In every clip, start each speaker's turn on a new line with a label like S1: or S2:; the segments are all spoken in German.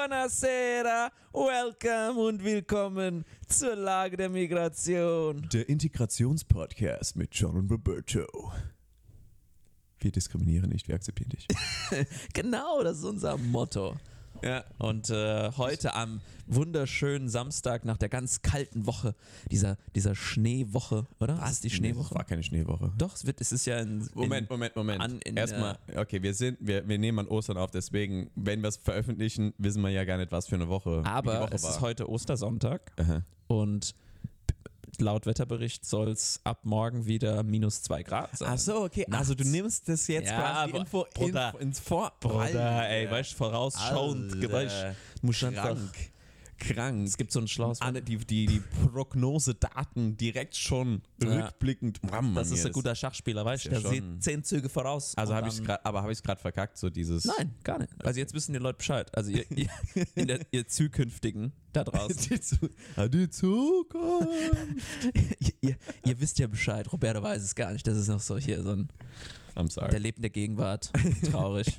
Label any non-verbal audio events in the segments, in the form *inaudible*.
S1: Buonasera, welcome und willkommen zur Lage der Migration.
S2: Der Integrationspodcast mit John und Roberto. Wir diskriminieren nicht, wir
S1: *laughs*
S2: akzeptieren dich.
S1: Genau, das ist unser Motto.
S2: ja.
S1: Und äh, heute am wunderschönen Samstag nach der ganz kalten Woche, dieser, dieser Schneewoche, oder? Was? Ist die Schneewoche?
S2: War keine Schneewoche.
S1: Doch, es, wird, es ist ja in.
S2: Moment,
S1: in,
S2: Moment, Moment.
S1: an- in äh,
S2: Erstmal, okay, wir sind, wir, wir nehmen an Ostern auf, deswegen, wenn wir es veröffentlichen, wissen wir ja gar nicht, was für eine Woche. die
S1: Aber
S2: Woche
S1: es
S2: war.
S1: ist heute Ostersonntag
S2: Aha.
S1: und laut Wetterbericht soll es ab morgen wieder minus zwei Grad sein.
S2: Ach so, okay. Also du nimmst das jetzt
S1: Ja,
S2: quasi
S1: aber-
S2: Info,
S1: Bruder.
S2: Info ins Vor.
S1: Bruder,
S2: Alter.
S1: ey, weißt du, vorausschauend,
S2: Alter.
S1: weißt du, musst du einfach-
S2: krank. Krank.
S1: Es gibt so ein schlaues
S2: Alle, die, die, die Prognosedaten direkt schon
S1: Ja.
S2: rückblickend. Mann,
S1: Das
S2: hier
S1: ist ein guter Schachspieler, weißt du?
S2: ist ja
S1: Der
S2: schon-
S1: sieht zehn Züge voraus.
S2: Also
S1: und
S2: habe ich
S1: dann-
S2: gerade, aber habe ich gerade verkackt, so dieses.
S1: Nein, gar nicht. Also jetzt wissen die Leute Bescheid. Also ihr, *laughs* ihr, in der, ihr zukünftigen da *laughs* draußen.
S2: Die, Zu Ah, die
S1: *laughs*
S2: Zukunft.
S1: ihr, ihr, ihr wisst ja Bescheid. Roberto weiß es gar nicht. Das ist noch so hier so ein.
S2: I'm
S1: Der
S2: sorry.
S1: lebt in der Gegenwart. Traurig.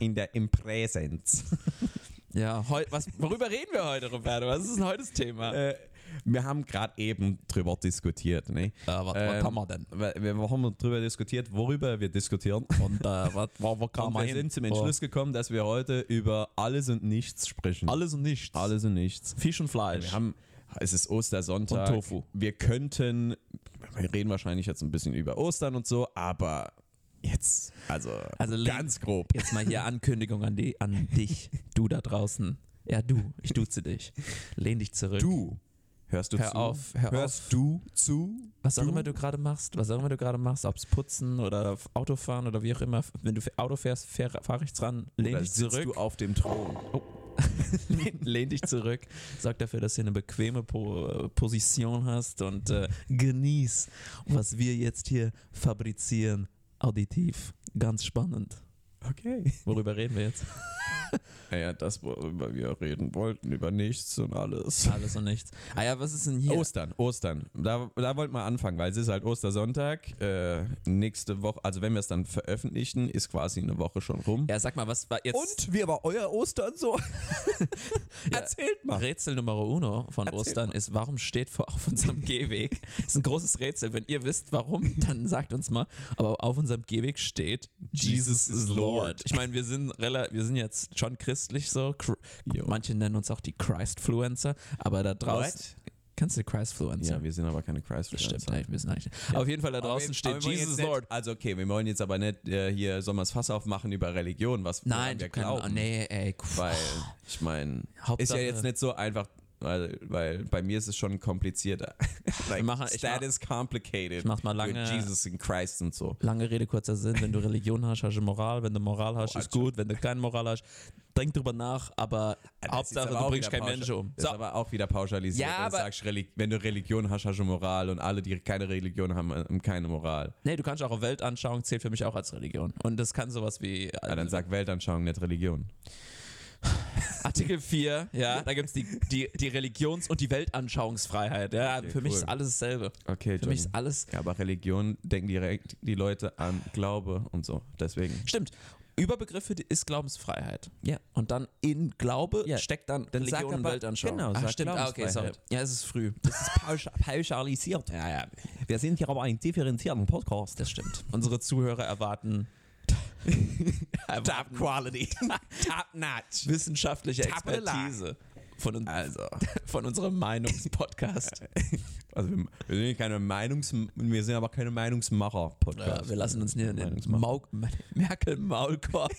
S2: In der im Präsenz.
S1: *laughs* ja, heu, was, worüber reden wir heute, Roberto? Was ist denn heute das Thema?
S2: Äh, wir haben gerade eben drüber diskutiert, ne?
S1: was,
S2: ähm,
S1: haben wir denn?
S2: Wir, wir haben drüber diskutiert, worüber wir *laughs* diskutieren.
S1: Und äh, was, *laughs* wo, wo kam
S2: Und
S1: man
S2: wir
S1: hin?
S2: sind zum Entschluss gekommen, dass wir heute über alles und nichts sprechen.
S1: Oh. Alles und nichts.
S2: Alles und nichts.
S1: Fisch und Fleisch.
S2: Wir haben, es ist Ostersonntag.
S1: Und Tofu.
S2: Wir könnten, wir reden wahrscheinlich jetzt ein bisschen über Ostern und so, aber jetzt, also,
S1: Also le-
S2: ganz grob.
S1: Jetzt mal hier Ankündigung an, die, an dich, du da draußen. Ja, du, ich duze dich. Lehn dich zurück.
S2: Du, hörst du
S1: Hör
S2: zu?
S1: auf, hör
S2: hörst
S1: auf.
S2: du zu?
S1: Was auch immer du gerade machst, was auch immer du gerade machst, ob es Putzen oder f- Autofahren oder wie auch immer, f- wenn du f- Auto fährst, fahr, fahr rechts ran, lehn
S2: Oder
S1: dich
S2: sitzt du
S1: zurück,
S2: auf dem Thron?
S1: *laughs* lehn, lehn dich zurück, sorg dafür, dass du eine bequeme po äh, Position hast und äh, genieß, was wir jetzt hier fabrizieren, auditiv. Ganz spannend.
S2: Okay.
S1: Worüber reden wir jetzt?
S2: Naja, das, worüber wir reden wollten, über nichts und alles.
S1: Alles und nichts. Ah ja, was ist denn hier?
S2: Ostern, Ostern. Da, da wollten wir anfangen, weil es ist halt Ostersonntag. Äh, nächste Woche, also wenn wir es dann veröffentlichen, ist quasi eine Woche schon rum.
S1: Ja, sag mal, was war jetzt?
S2: Und wie war euer Ostern
S1: *laughs*
S2: so? Erzählt mal.
S1: Rätsel Nummer uno von
S2: Erzähl
S1: Ostern ist, warum steht vor auf unserem
S2: *laughs*
S1: Gehweg? ist ein großes Rätsel. Wenn ihr wisst, warum, dann sagt uns mal. Aber auf unserem Gehweg steht Jesus, is Lord. Ich meine, wir sind rela wir sind jetzt schon christlich so. Cr-
S2: Jo.
S1: Manche nennen uns auch die Christfluencer, aber da draußen. Kennst du die Christfluencer?
S2: Ja, wir sind aber keine Christ.
S1: das stimmt, nein, wir sind eigentlich. Auf jeden Fall da draußen steht Jesus is Lord.
S2: Nicht, also okay, wir wollen jetzt aber nicht äh, hier Sommers Fass aufmachen über Religion, was woran
S1: Nein,
S2: wir
S1: du kannst-
S2: glauben.
S1: oh, nee, ey, pff.
S2: Weil ich meine, ist ja
S1: Hauptsache-
S2: jetzt nicht so einfach, weil, weil bei mir ist es schon *laughs* komplizierter. like,
S1: mache- ich
S2: that
S1: mach-
S2: is complicated. Ich
S1: mach mal lange-
S2: Jesus in Christ und so.
S1: Lange Rede, kurzer Sinn. Wenn du Religion hast, hast du Moral. Wenn du Moral
S2: Oh,
S1: hast, ist gut. Wenn du keine Moral hast, denk drüber nach. Aber
S2: also Äh, Das ist
S1: Hauptsache,
S2: aber
S1: du
S2: auch
S1: bringst
S2: wieder
S1: keinen
S2: pauschal-
S1: Menschen um.
S2: Das
S1: So,
S2: ist aber auch wieder pauschalisiert.
S1: Ja,
S2: wenn, du
S1: aber-
S2: sagst, Reli- wenn du Religion hast, hast du Moral und alle, die keine Religion haben, haben keine Moral.
S1: nee, du kannst auch eine Weltanschauung, zählt für mich auch als Religion. Und das kann sowas wie äh,
S2: Ja, dann sag Weltanschauung, nicht Religion.
S1: Artikel 4, ja, da gibt es die, die, die Religions- und die Weltanschauungsfreiheit. Ja, für mich
S2: cool.
S1: ist alles dasselbe.
S2: Okay,
S1: Für mich ist alles.
S2: ja, aber Religion denken direkt die Leute an Glaube und so. Deswegen.
S1: Stimmt. Überbegriff für die ist Glaubensfreiheit.
S2: Ja.
S1: Und dann in Glaube
S2: Ja.
S1: steckt dann,
S2: Dann sag
S1: Religion und
S2: aber-
S1: Weltanschauung.
S2: genau,
S1: ah,
S2: sag
S1: stimmt. Ah, okay, sorry.
S2: Glaubensfreiheit.
S1: Ja, es ist früh. Das ist *laughs*
S2: pauschalisiert.
S1: ja, ja.
S2: Wir sind hier aber ein differenzierten Podcast.
S1: Das stimmt. Unsere Zuhörer *laughs* erwarten, erwarten *laughs*
S2: Quality. Top notch.
S1: wissenschaftliche
S2: Top of the line.
S1: Expertise von, un
S2: *laughs* Also.
S1: von unserem *laughs* Meinungspodcast.
S2: Also wir, wir sind keine Meinungs wir sind aber keine Meinungsmacher
S1: Ja,
S2: Podcast.
S1: wir lassen uns nicht in den Mau *laughs* Merkel
S2: *laughs*
S1: Maulkorb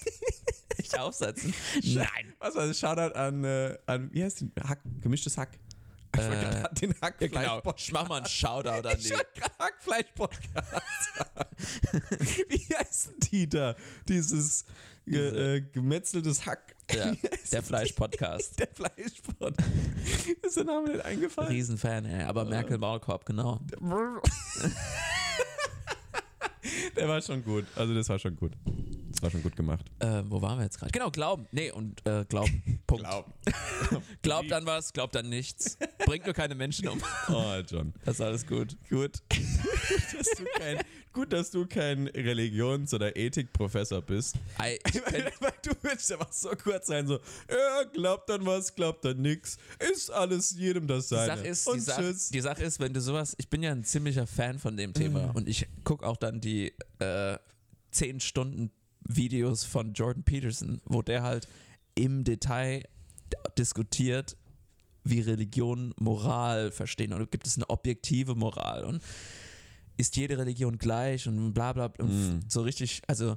S1: nicht *laughs* aufsetzen. Nein.
S2: was war das? Shoutout an, äh, an wie heißt die? Hack, gemischtes Hack. Ich wollte
S1: Äh,
S2: gerade den
S1: Genau.
S2: Hackfleisch-Podcast.
S1: Ich mach mal einen Shoutout an
S2: Ich
S1: die.
S2: wollte gerade Hackfleisch-Podcast. *laughs* wie heißen die da? Dieses
S1: Diese-
S2: ge, äh, gemetzeltes Hack.
S1: Ja,
S2: Wie heißt
S1: der Fleisch-Podcast.
S2: *laughs* der Fleischpodcast. Ist der Name nicht eingefallen?
S1: Riesenfan, ey. Aber Merkel Maulkorb, genau.
S2: Der war schon gut. Also das war schon gut. Das war schon gut gemacht.
S1: Äh, wo waren wir jetzt gerade? Genau, glauben. Nee, und äh, *laughs* glauben. Punkt. Glaubt *laughs* an was, glaubt an nichts. Bringt nur keine Menschen um.
S2: Oh, John.
S1: *laughs* Das ist alles gut.
S2: Gut. dass du kein, gut, dass du kein Religions- oder Ethikprofessor bist.
S1: Ei,
S2: Ich meine, weil du willst ja was so kurz sein, so, ja, glaubt an was, glaubt an nix, ist alles jedem das
S1: Die
S2: seine.
S1: Sache, ist,
S2: Und
S1: die, Sache,
S2: tschüss.
S1: die Sache ist, wenn du sowas, ich bin ja ein ziemlicher Fan von dem Thema
S2: Mhm.
S1: und ich gucke auch dann die äh, 10 Stunden Videos von Jordan Peterson, wo der halt im Detail d- diskutiert, wie Religionen Moral verstehen und gibt es eine objektive Moral und ist jede Religion gleich und bla bla, bla
S2: Mhm.
S1: und f- so richtig, also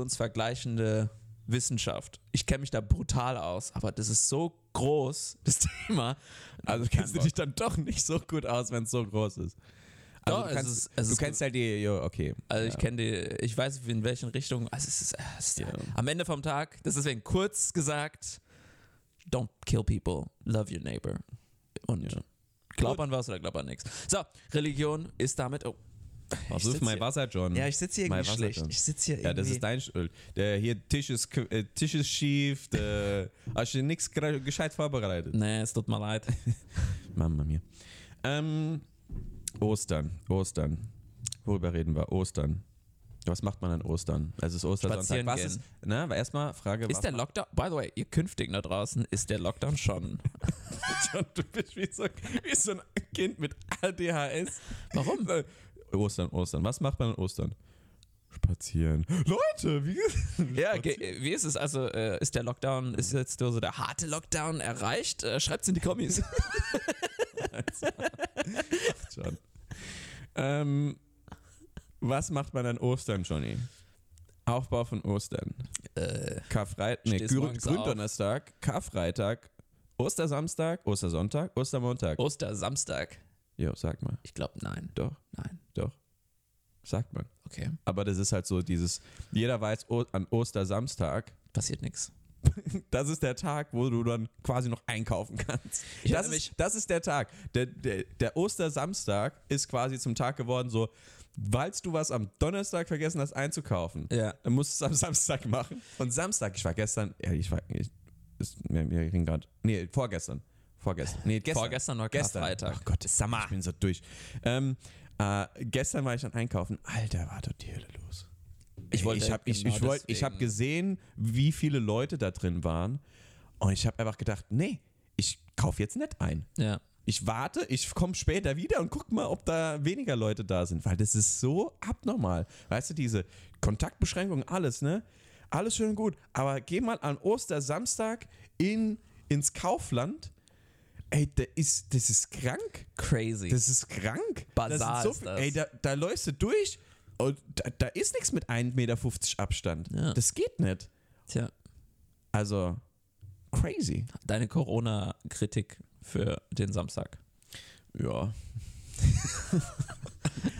S1: religionsvergleichende Wissenschaft. Ich kenne mich da brutal aus, aber das ist so groß, das *laughs* Thema.
S2: Also kennst du dich dann doch nicht so gut aus, wenn es so groß ist.
S1: Doch,
S2: Also du
S1: es
S2: kannst,
S1: ist- es
S2: du
S1: ist-
S2: kennst halt die, jo, okay.
S1: Also ich
S2: ja.
S1: kenne die, ich weiß in welchen Richtungen. Also es ist, es ist
S2: Ja.
S1: am Ende vom Tag, das ist deswegen kurz gesagt, don't kill people, love your neighbor. Und
S2: Ja.
S1: glaub an was oder glaub an nichts. So, Religion ist damit. Oh, ich
S2: Versuch
S1: sitz
S2: mal
S1: hier-
S2: Wasser, John.
S1: Ja, ich sitze hier
S2: Mein
S1: irgendwie
S2: Wasser
S1: schlecht.
S2: drin.
S1: Ich sitze hier
S2: Ja, das
S1: irgendwie.
S2: ist deine Schuld. Der hier Tisch ist, k- äh, Tisch ist
S1: *laughs*
S2: schief, der, hast du nichts gescheit vorbereitet.
S1: Nee, es tut mir leid.
S2: Mama mir. Ähm, Ostern, Ostern. Worüber reden wir? Ostern. Was macht man an Ostern? Also es ist Ostersonntag.
S1: Spazieren
S2: Was
S1: gehen.
S2: ist, na, aber erstmal Frage, was
S1: Ist der Lockdown, by the way, ihr Künftigen da draußen, ist der Lockdown schon?
S2: *laughs* John, du bist wie so, wie so ein Kind mit ADHS.
S1: Warum?
S2: So, Ostern, Ostern. Was macht man an Ostern? Spazieren. Leute, wie *laughs*
S1: Ja, ge- wie ist es? Also, äh, ist der Lockdown, ist jetzt so der harte Lockdown erreicht? Äh, Schreibt's in die
S2: *laughs*
S1: Kommis.
S2: John. Ähm, was macht man an Ostern, Johnny? Aufbau von Ostern.
S1: äh,
S2: Karfreitag, nee,
S1: Stehst
S2: Grün,
S1: morgens auf.
S2: Gründonnerstag, Karfreitag, Ostersamstag, Ostersonntag, Ostermontag.
S1: Oh. Ostersamstag.
S2: jo, sag mal.
S1: Ich glaube, nein.
S2: Doch,
S1: Nein.
S2: doch. Sagt man.
S1: Okay.
S2: Aber das ist halt so dieses, jeder weiß o an Ostersamstag,
S1: Passiert nichts.
S2: das ist der Tag, wo du dann quasi noch einkaufen kannst.
S1: Ich
S2: das,
S1: erinnere
S2: ist, das ist der Tag. Der, der, der Ostersamstag ist quasi zum Tag geworden, so, weil du was am Donnerstag vergessen hast einzukaufen,
S1: Ja.
S2: dann musst du es am Samstag machen. Und Samstag, ich war gestern, ja, ich war, ich, ist, mir, mir ging gerade, nee, vorgestern. Vorgestern. Nee, gestern.
S1: Vorgestern war
S2: gestern.
S1: Karfreitag.
S2: Ach Gott, Sommer. Ich bin so durch. Ähm, äh, gestern war ich dann einkaufen. Alter, war dort die Hölle los.
S1: Ich wollte
S2: ich habe ich,
S1: genau
S2: ich wollte- ich hab
S1: deswegen.
S2: gesehen, wie viele Leute da drin waren. Und ich habe einfach gedacht, nee, ich kaufe jetzt nicht ein.
S1: Ja.
S2: Ich warte, ich komme später wieder und guck mal, ob da weniger Leute da sind, weil das ist so abnormal. Weißt du, diese Kontaktbeschränkungen, alles, ne? Alles schön und gut. Aber geh mal am Ostersamstag in, ins Kaufland. Ey, da ist, das ist krank.
S1: Crazy.
S2: Das ist krank.
S1: Basar
S2: das sind
S1: ist
S2: viel-
S1: das.
S2: Ey, da, da läufst du durch und da, da ist nichts mit 1,50 Meter Abstand.
S1: Ja.
S2: Das geht nicht.
S1: Tja,
S2: Also, crazy.
S1: deine Corona-Kritik für den Samstag.
S2: Ja. *laughs*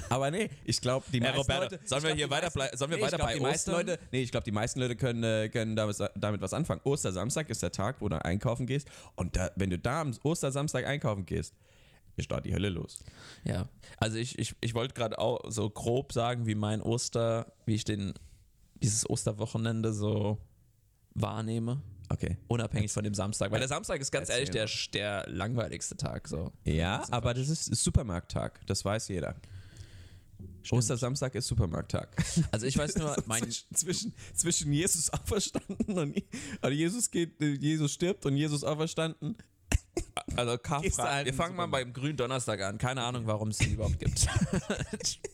S2: Aber nee, ich glaube, die meisten Leute...
S1: sollen wir hier weiter blei- sollen wir
S2: Nee,
S1: weiter
S2: ich glaub,
S1: bei
S2: die meisten
S1: Ostern?
S2: Leute, Nee, ich glaube, die meisten Leute können, äh, können damit, damit was anfangen. Ostersamstag ist der Tag, wo du einkaufen gehst. Und da, wenn du da am Ostersamstag einkaufen gehst, ist da die Hölle los.
S1: Ja. Also ich, ich, ich wollte gerade auch so grob sagen, wie mein Oster, wie ich den dieses Osterwochenende so wahrnehme,
S2: Okay.
S1: unabhängig von dem Samstag. Weil der Samstag ist ganz
S2: Erzähl
S1: ehrlich der, der langweiligste Tag. So.
S2: Ja, aber das ist Supermarkttag. Das weiß jeder. Ostersamstag ist Supermarkttag. *laughs*
S1: Also ich weiß nur, mein,
S2: zwischen, zwischen, zwischen Jesus *laughs* auferstanden und also Jesus geht, äh, Jesus stirbt und Jesus auferstanden.
S1: Also
S2: Gehst du
S1: Karfreitag.
S2: halt
S1: Wir
S2: in den
S1: fangen mal
S2: Supermarkt.
S1: beim grünen Donnerstag an. Keine Ahnung, warum es den überhaupt
S2: *laughs*
S1: gibt.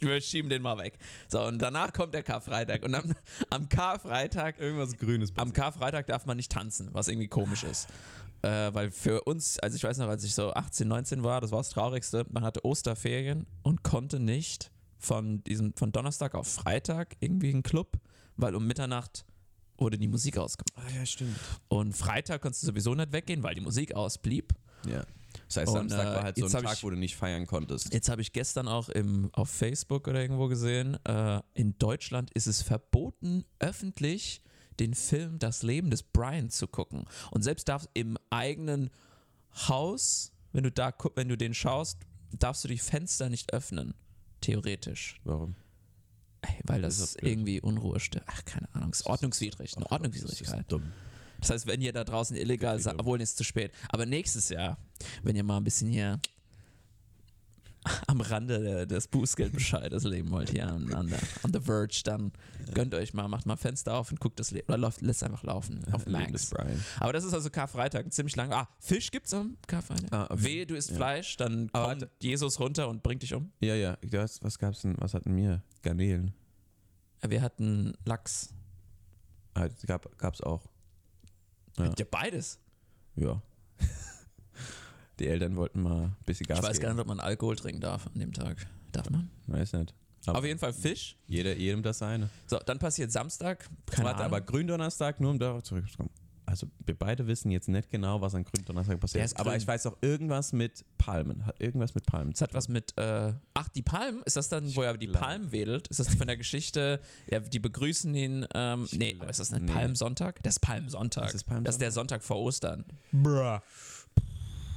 S1: Wir schieben den mal weg. So, und danach kommt der Karfreitag. Und am, am Karfreitag,
S2: Irgendwas Grünes.
S1: am Karfreitag darf man nicht tanzen, was irgendwie komisch ist. Äh, weil für uns, also ich weiß noch, als ich so 18, 19 war, das war das Traurigste, man hatte Osterferien und konnte nicht von diesem, von Donnerstag auf Freitag irgendwie in den Club, weil um Mitternacht wurde die Musik ausgemacht.
S2: Ah, ja, stimmt.
S1: Und Freitag konntest du sowieso nicht weggehen, weil die Musik ausblieb.
S2: Ja. Das heißt,
S1: Und,
S2: Samstag war
S1: äh,
S2: halt so ein
S1: jetzt hab
S2: Tag,
S1: ich-
S2: wo du nicht feiern konntest.
S1: Jetzt habe ich gestern auch im, auf Facebook oder irgendwo gesehen, äh, in Deutschland ist es verboten, öffentlich den Film Das Leben des Brian zu gucken. Und selbst darfst im eigenen Haus, wenn du da gu- wenn du den schaust, darfst du die Fenster nicht öffnen. Theoretisch.
S2: Warum?
S1: Ey, weil das,
S2: Das ist doch blöd.
S1: irgendwie Unruhe stört. Ach, keine Ahnung. Ist ordnungswidrig. Eine Ordnungswidrigkeit.
S2: dumm.
S1: Das heißt, wenn ihr da draußen illegal seid, obwohl es ist zu spät, aber nächstes Jahr, wenn ihr mal ein bisschen hier am Rande der, des Bußgeldbescheides leben wollt, hier an, an der, on the verge, dann gönnt euch mal, macht mal Fenster auf und guckt das Leben. Oder läuft, lässt einfach laufen auf
S2: Leben des
S1: Max.
S2: Brian.
S1: Aber das ist also Karfreitag, ein ziemlich lang. Ah, Fisch gibt's am Karfreitag.
S2: Ah, okay.
S1: Wehe, du isst Fleisch, dann
S2: Aber
S1: kommt Jesus runter und bringt dich um.
S2: Ja, ja. Das, was gab's denn? Was hatten wir? Garnelen.
S1: Wir hatten Lachs.
S2: Ah, das gab, gab's auch. Ja.
S1: Ja, beides.
S2: Ja. *laughs* Die Eltern wollten mal ein bisschen Gas
S1: ich weiß
S2: geben.
S1: gar nicht, ob man Alkohol trinken darf an dem Tag. Darf man?
S2: Weiß nicht. Aber
S1: Auf jeden Fall Fisch.
S2: jeder, jedem das eine.
S1: So, dann passiert Samstag. Keine
S2: Warte,
S1: Ahnung.
S2: aber Gründonnerstag, nur um darauf zurückzukommen. Also wir beide wissen jetzt nicht genau, was an Gründonnerstag
S1: Der
S2: passiert
S1: ist
S2: ist. Aber
S1: grün.
S2: ich weiß auch irgendwas mit Palmen. Hat irgendwas mit Palmen.
S1: Es hat was mit, äh, ach, die Palmen, ist das dann, wo er die
S2: glaube.
S1: Palmen wedelt? Ist das von der Geschichte, ja, die begrüßen ihn, ähm, nee,
S2: glaube,
S1: aber ist das nicht
S2: nee.
S1: Palmsonntag? Das ist Palmsonntag.
S2: Das ist Palmsonntag?
S1: Das ist der Sonntag vor Ostern.
S2: Bruh.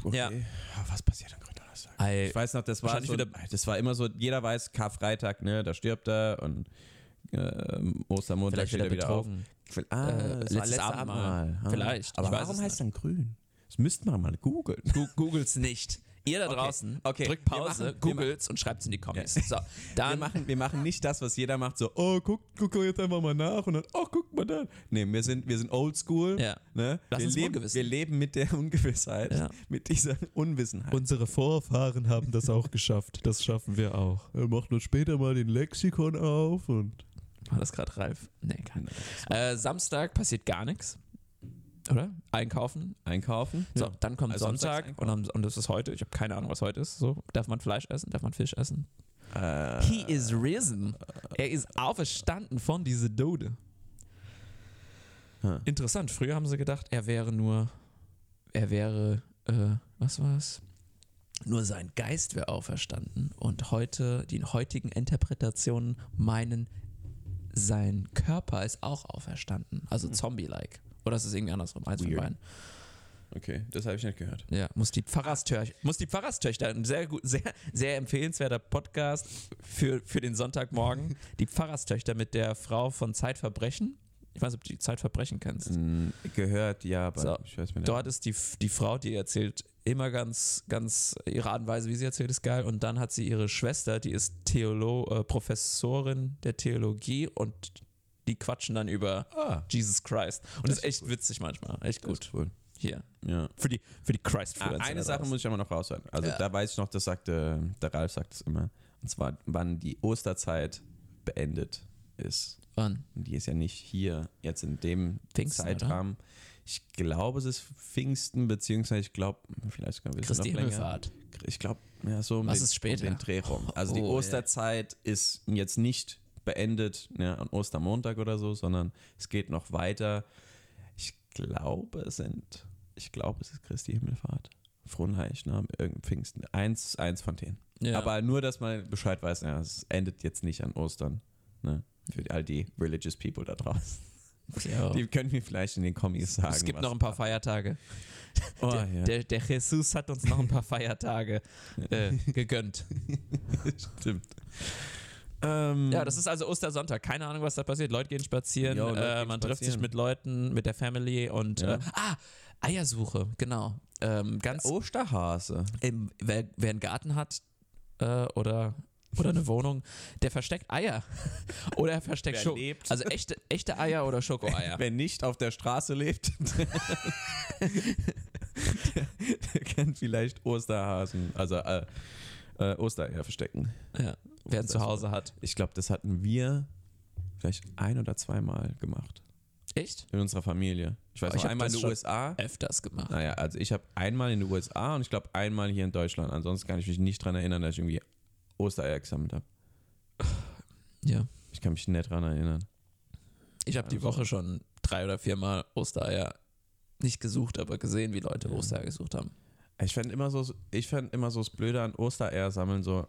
S2: Okay.
S1: Ja.
S2: Aber Was passiert an Gründonnerstag?
S1: Ei,
S2: Ich weiß noch, das war,
S1: Wahrscheinlich
S2: so,
S1: wieder-
S2: das war immer so, jeder weiß, Karfreitag, ne, da stirbt er und ähm, Ostermontag
S1: vielleicht
S2: steht
S1: wieder
S2: er wieder auf.
S1: betrogen.
S2: Ah,
S1: Äh,
S2: das
S1: letztes
S2: war letztes
S1: Abendmahl.
S2: Ah.
S1: Vielleicht.
S2: Aber
S1: Ich weiß
S2: warum
S1: es
S2: heißt dann grün? Das müssten wir mal googeln.
S1: Gu Googles nicht. Ihr da draußen,
S2: okay.
S1: drückt
S2: Wir
S1: Pause,
S2: machen- wir
S1: googelt's und schreibt's in die Kommis. So,
S2: *laughs* Wir
S1: dann
S2: machen, wir machen nicht das, was jeder macht, so, oh, guck, guck doch jetzt einfach mal nach und dann, oh, guck mal da. Nee, wir sind, wir sind oldschool.
S1: Ja.
S2: Ne?
S1: Lass
S2: wir,
S1: uns im
S2: leben,
S1: Ungewissen.
S2: wir leben mit der *laughs* Ungewissheit,
S1: Ja.
S2: mit dieser Unwissenheit.
S3: Unsere Vorfahren haben das auch geschafft. Das schaffen wir auch. Er macht nur später mal den Lexikon auf und.
S1: war das gerade Ralf? Nee, egal. Äh, Samstag passiert gar nichts. Oder? Einkaufen.
S2: einkaufen.
S1: So,
S2: Ja.
S1: dann kommt
S2: Also
S1: Sonntag
S2: Sonntags
S1: und, am, und das ist heute. Ich habe keine Ahnung, was heute ist. So, darf man Fleisch essen? Darf man Fisch essen?
S2: Äh,
S1: He is risen. Er ist auferstanden von dieser Dode.
S2: Hm.
S1: Interessant. Früher haben sie gedacht, er wäre nur, er wäre, äh, was war's? Nur sein Geist wäre auferstanden. Und heute, die heutigen Interpretationen meinen, sein Körper ist auch auferstanden. Also Zombie-like. Oder ist es irgendwie andersrum? Eins von
S2: Hm. Weird.
S1: beiden.
S2: okay, das habe ich nicht gehört.
S1: Ja, muss die Pfarrerstöchter, muss die Pfarrerstöchter, ein sehr gut, sehr, sehr empfehlenswerter Podcast für, für den
S2: *laughs*
S1: Sonntagmorgen. Die Pfarrerstöchter mit der Frau von Zeitverbrechen. Ich weiß, ob du die Zeitverbrechen kennst.
S2: Mm, Gehört, ja, aber
S1: So,
S2: ich weiß mir nicht.
S1: Dort ist die, die Frau, die erzählt, immer ganz, ganz ihre Art und Weise, wie sie erzählt, ist geil. Und dann hat sie ihre Schwester, die ist Theolo äh, Professorin der Theologie und die quatschen dann über
S2: Ah,
S1: Jesus Christ. Und
S2: Das
S1: das ist
S2: ist
S1: echt witzig manchmal. Echt
S2: das
S1: gut.
S2: ist Cool.
S1: Hier.
S2: Ja.
S1: Für die, für die christ
S2: Ah, eine Sache muss ich aber noch raushören. Also
S1: Ja.
S2: da weiß ich noch, das sagte, der Ralf sagt es immer. Und zwar, wann die Osterzeit beendet ist.
S1: Wann?
S2: Und die ist ja nicht hier jetzt in dem
S1: Pfingsten,
S2: Zeitrahmen. Ich glaube, es ist Pfingsten, beziehungsweise ich glaube, vielleicht sogar ein bisschen
S1: Christi
S2: noch länger.
S1: Himmelfahrt.
S2: Ich glaube, ja, so um
S1: Was
S2: den,
S1: ist später?
S2: Um den Dreh rum. Also die
S1: Oh, ey.
S2: Osterzeit ist jetzt nicht beendet ja, an Ostermontag oder so, sondern es geht noch weiter. Ich glaube, es sind, ich glaube, es ist Christi Himmelfahrt. Frohen Leichnam, irgendein Pfingsten. Eins, eins von denen.
S1: Ja.
S2: Aber nur, dass man Bescheid weiß, ja, es endet jetzt nicht an Ostern. Ne? Für all die religious people da draußen.
S1: Ja.
S2: Die können mir vielleicht in den Kommis sagen.
S1: es gibt
S2: was-
S1: noch ein paar Feiertage.
S2: Oh,
S1: der,
S2: ja.
S1: der, der Jesus hat uns noch ein paar Feiertage
S2: *laughs*
S1: äh, gegönnt.
S2: Stimmt. Ähm,
S1: Ja, das ist also Ostersonntag. Keine Ahnung, was da passiert. Leute gehen spazieren,
S2: Jo, Leute
S1: äh,
S2: gehen
S1: man trifft sich
S2: spazieren.
S1: mit Leuten, mit der Family und
S2: Ja.
S1: äh, ah, Eiersuche, genau. Ähm, ganz
S2: Osterhase.
S1: im, wer, wer einen Garten hat äh, oder, oder eine Wohnung, der versteckt Eier. *laughs* oder er versteckt
S2: Wer
S1: Schoko.
S2: lebt.
S1: Also echte, echte Eier oder Schokoeier.
S2: *laughs* Wer nicht auf der Straße lebt, *laughs* der, der kann vielleicht Osterhasen, also äh, äh, Ostereier verstecken.
S1: ja, wer ihn zu Hause hat.
S2: Ich glaube, das hatten wir vielleicht ein oder zweimal gemacht
S1: Echt?
S2: in unserer Familie. Ich weiß
S1: Aber Oh, ich
S2: noch,
S1: hab
S2: einmal in
S1: das
S2: den
S1: schon-
S2: USA.
S1: Öfters gemacht.
S2: Naja, also ich habe einmal in den USA und ich glaube einmal hier in Deutschland. Ansonsten kann ich mich nicht dran erinnern, dass ich irgendwie Ostereier gesammelt habe.
S1: Ja.
S2: Ich kann mich nicht dran erinnern.
S1: Ich habe die
S2: Also-
S1: Woche schon drei oder viermal Ostereier nicht gesucht, aber gesehen, wie Leute
S2: Ja.
S1: Ostereier gesucht haben.
S2: Ich fand immer so, ich fand immer so das Blöde an Ostereier sammeln, so,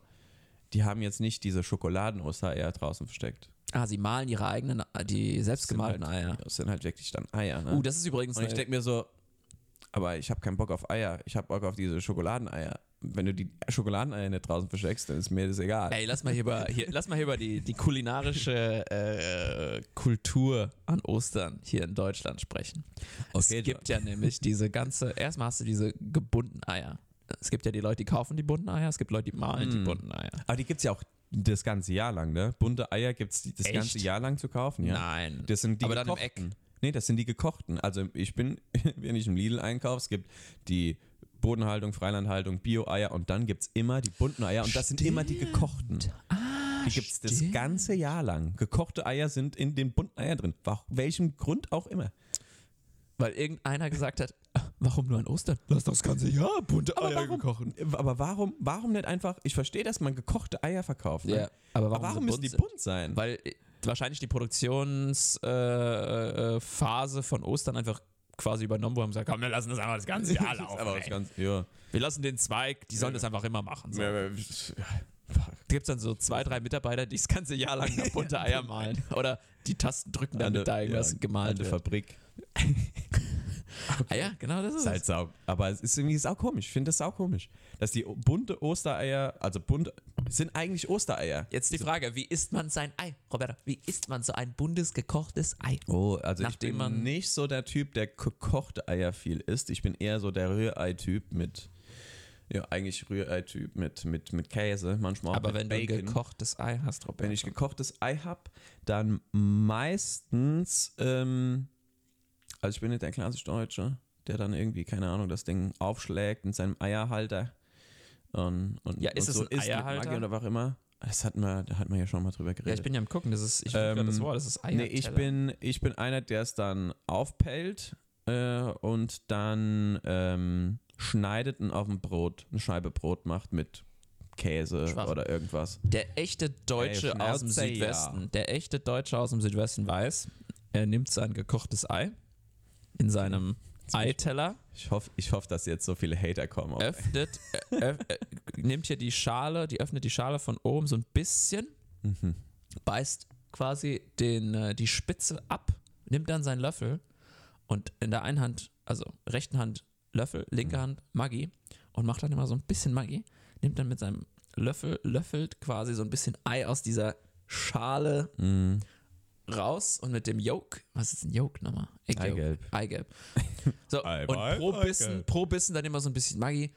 S2: die haben jetzt nicht diese Schokoladen-Ostereier draußen versteckt.
S1: Ah, sie malen ihre eigenen, die selbstgemalten
S2: sind halt,
S1: Eier.
S2: Das sind halt wirklich dann Eier, ne?
S1: Uh, das ist übrigens
S2: und ich
S1: eine,
S2: denke mir so, aber ich habe keinen Bock auf Eier. Ich habe Bock auf diese Schokoladeneier. Wenn du die Schokoladeneier nicht draußen versteckst, dann ist mir das egal.
S1: Ey, lass mal hier über, hier, lass mal hier über die, die kulinarische äh, Kultur an Ostern hier in Deutschland sprechen.
S2: Okay,
S1: es gibt ja nämlich diese ganze, erstmal hast du diese gebundenen Eier. Es gibt ja die Leute, die kaufen die bunten Eier, es gibt Leute, die malen die
S2: Mm.
S1: bunten Eier.
S2: Aber die gibt es ja auch das ganze Jahr lang, ne? Bunte Eier gibt es das
S1: Echt?
S2: ganze Jahr lang zu kaufen, ja.
S1: Nein.
S2: Das sind die
S1: Aber dann im
S2: gekochten. Nee, das sind die gekochten. Also ich bin, *laughs* wenn ich im Lidl einkaufe, es gibt die Bodenhaltung, Freilandhaltung, Bio-Eier und dann gibt es immer die bunten Eier und das sind immer die gekochten. die gibt es das
S1: Ah, stimmt.
S2: ganze Jahr lang. Gekochte Eier sind in den bunten Eiern drin. Wa- welchem Grund auch immer.
S1: Weil irgendeiner gesagt hat, "Äh, warum nur an Ostern?
S3: Lass das ganze Jahr bunte
S2: Aber
S3: Eier
S2: warum?
S3: kochen.
S2: äh, Aber warum, warum nicht einfach, ich verstehe, dass man gekochte Eier verkauft. Ne?
S1: Aber warum,
S2: Aber warum
S1: so
S2: müssen
S1: bunt
S2: die
S1: sind?
S2: bunt sein?
S1: Weil äh, wahrscheinlich die Produktionsphase äh, äh, Phase von Ostern einfach quasi übernommen wurde und gesagt, komm, wir lassen das einfach das ganze Jahr laufen.
S2: aber *laughs* das
S1: ey.
S2: ganze, ja.
S1: wir lassen den Zweig, die sollen das einfach immer machen. So.
S2: Ja,
S1: Da
S2: aber-
S1: gibt es dann so zwei, drei Mitarbeiter, die das ganze Jahr lang da bunte Eier malen. Oder die Tasten drücken, damit da irgendwas
S2: ja,
S1: gemalt wird.
S2: alte Fabrik.
S1: Ah ja, genau das ist
S2: Ist halt
S1: es.
S2: sau. Aber es ist irgendwie sau komisch. Ich finde das sau komisch. Dass die o- bunte Ostereier, also bunt, sind eigentlich Ostereier.
S1: Jetzt die Frage, wie isst man sein Ei? Roberta, wie isst man so ein buntes, gekochtes Ei?
S2: Oh, also ich
S1: Nachdem
S2: bin
S1: man-
S2: nicht so der Typ, der gekochte Eier viel isst. Ich bin eher so der Rührei-Typ mit, ja, eigentlich Rührei-Typ mit, mit, mit Käse, manchmal auch
S1: Aber
S2: mit
S1: wenn
S2: Bacon.
S1: du ein gekochtes Ei hast, Roberta.
S2: Wenn ich gekochtes Ei habe, dann meistens, ähm, also ich bin nicht der klassische Deutsche, der dann irgendwie, keine Ahnung, das Ding aufschlägt in seinem Eierhalter. Und, und,
S1: Ja, ist
S2: und
S1: es ein
S2: isst mit
S1: Eierhalter?
S2: Maggi oder was auch immer. Das hatten wir, da hatten wir ja schon mal drüber
S1: ja,
S2: geredet.
S1: ich bin ja am gucken, das ist, ich
S2: Ähm,
S1: ähm, das Wort, das ist Eier.
S2: nee, ich bin, ich bin einer, der es dann aufpellt äh, und dann ähm, schneidet und auf dem Brot, eine Scheibe Brot macht mit Käse
S1: Schwach.
S2: oder irgendwas.
S1: Der echte Deutsche
S2: Ey,
S1: aus dem
S2: Schnauze, ja.
S1: Südwesten, der echte Deutsche aus dem Südwesten weiß, er nimmt sein gekochtes Ei in seinem Eiteller,
S2: Ich hoffe, ich hoff, dass jetzt so viele Hater kommen. auf
S1: öffnet, äh, öff, äh, nimmt hier die Schale, die öffnet die Schale von oben so ein bisschen,
S2: Mhm.
S1: beißt quasi den, äh, die Spitze ab, nimmt dann seinen Löffel und in der einen Hand, also rechten Hand Löffel, linke Hand Maggi und macht dann immer so ein bisschen Maggi, nimmt dann mit seinem Löffel, löffelt quasi so ein bisschen Ei aus dieser Schale
S2: Mhm.
S1: raus und mit dem Yolk, was ist ein Yolk nochmal? Egg Yolk.
S2: Eigelb.
S1: Eigelb. So,
S2: *laughs* Eiweiß,
S1: und pro
S2: Eigelb.
S1: Bissen, pro Bissen dann immer so ein bisschen Maggi,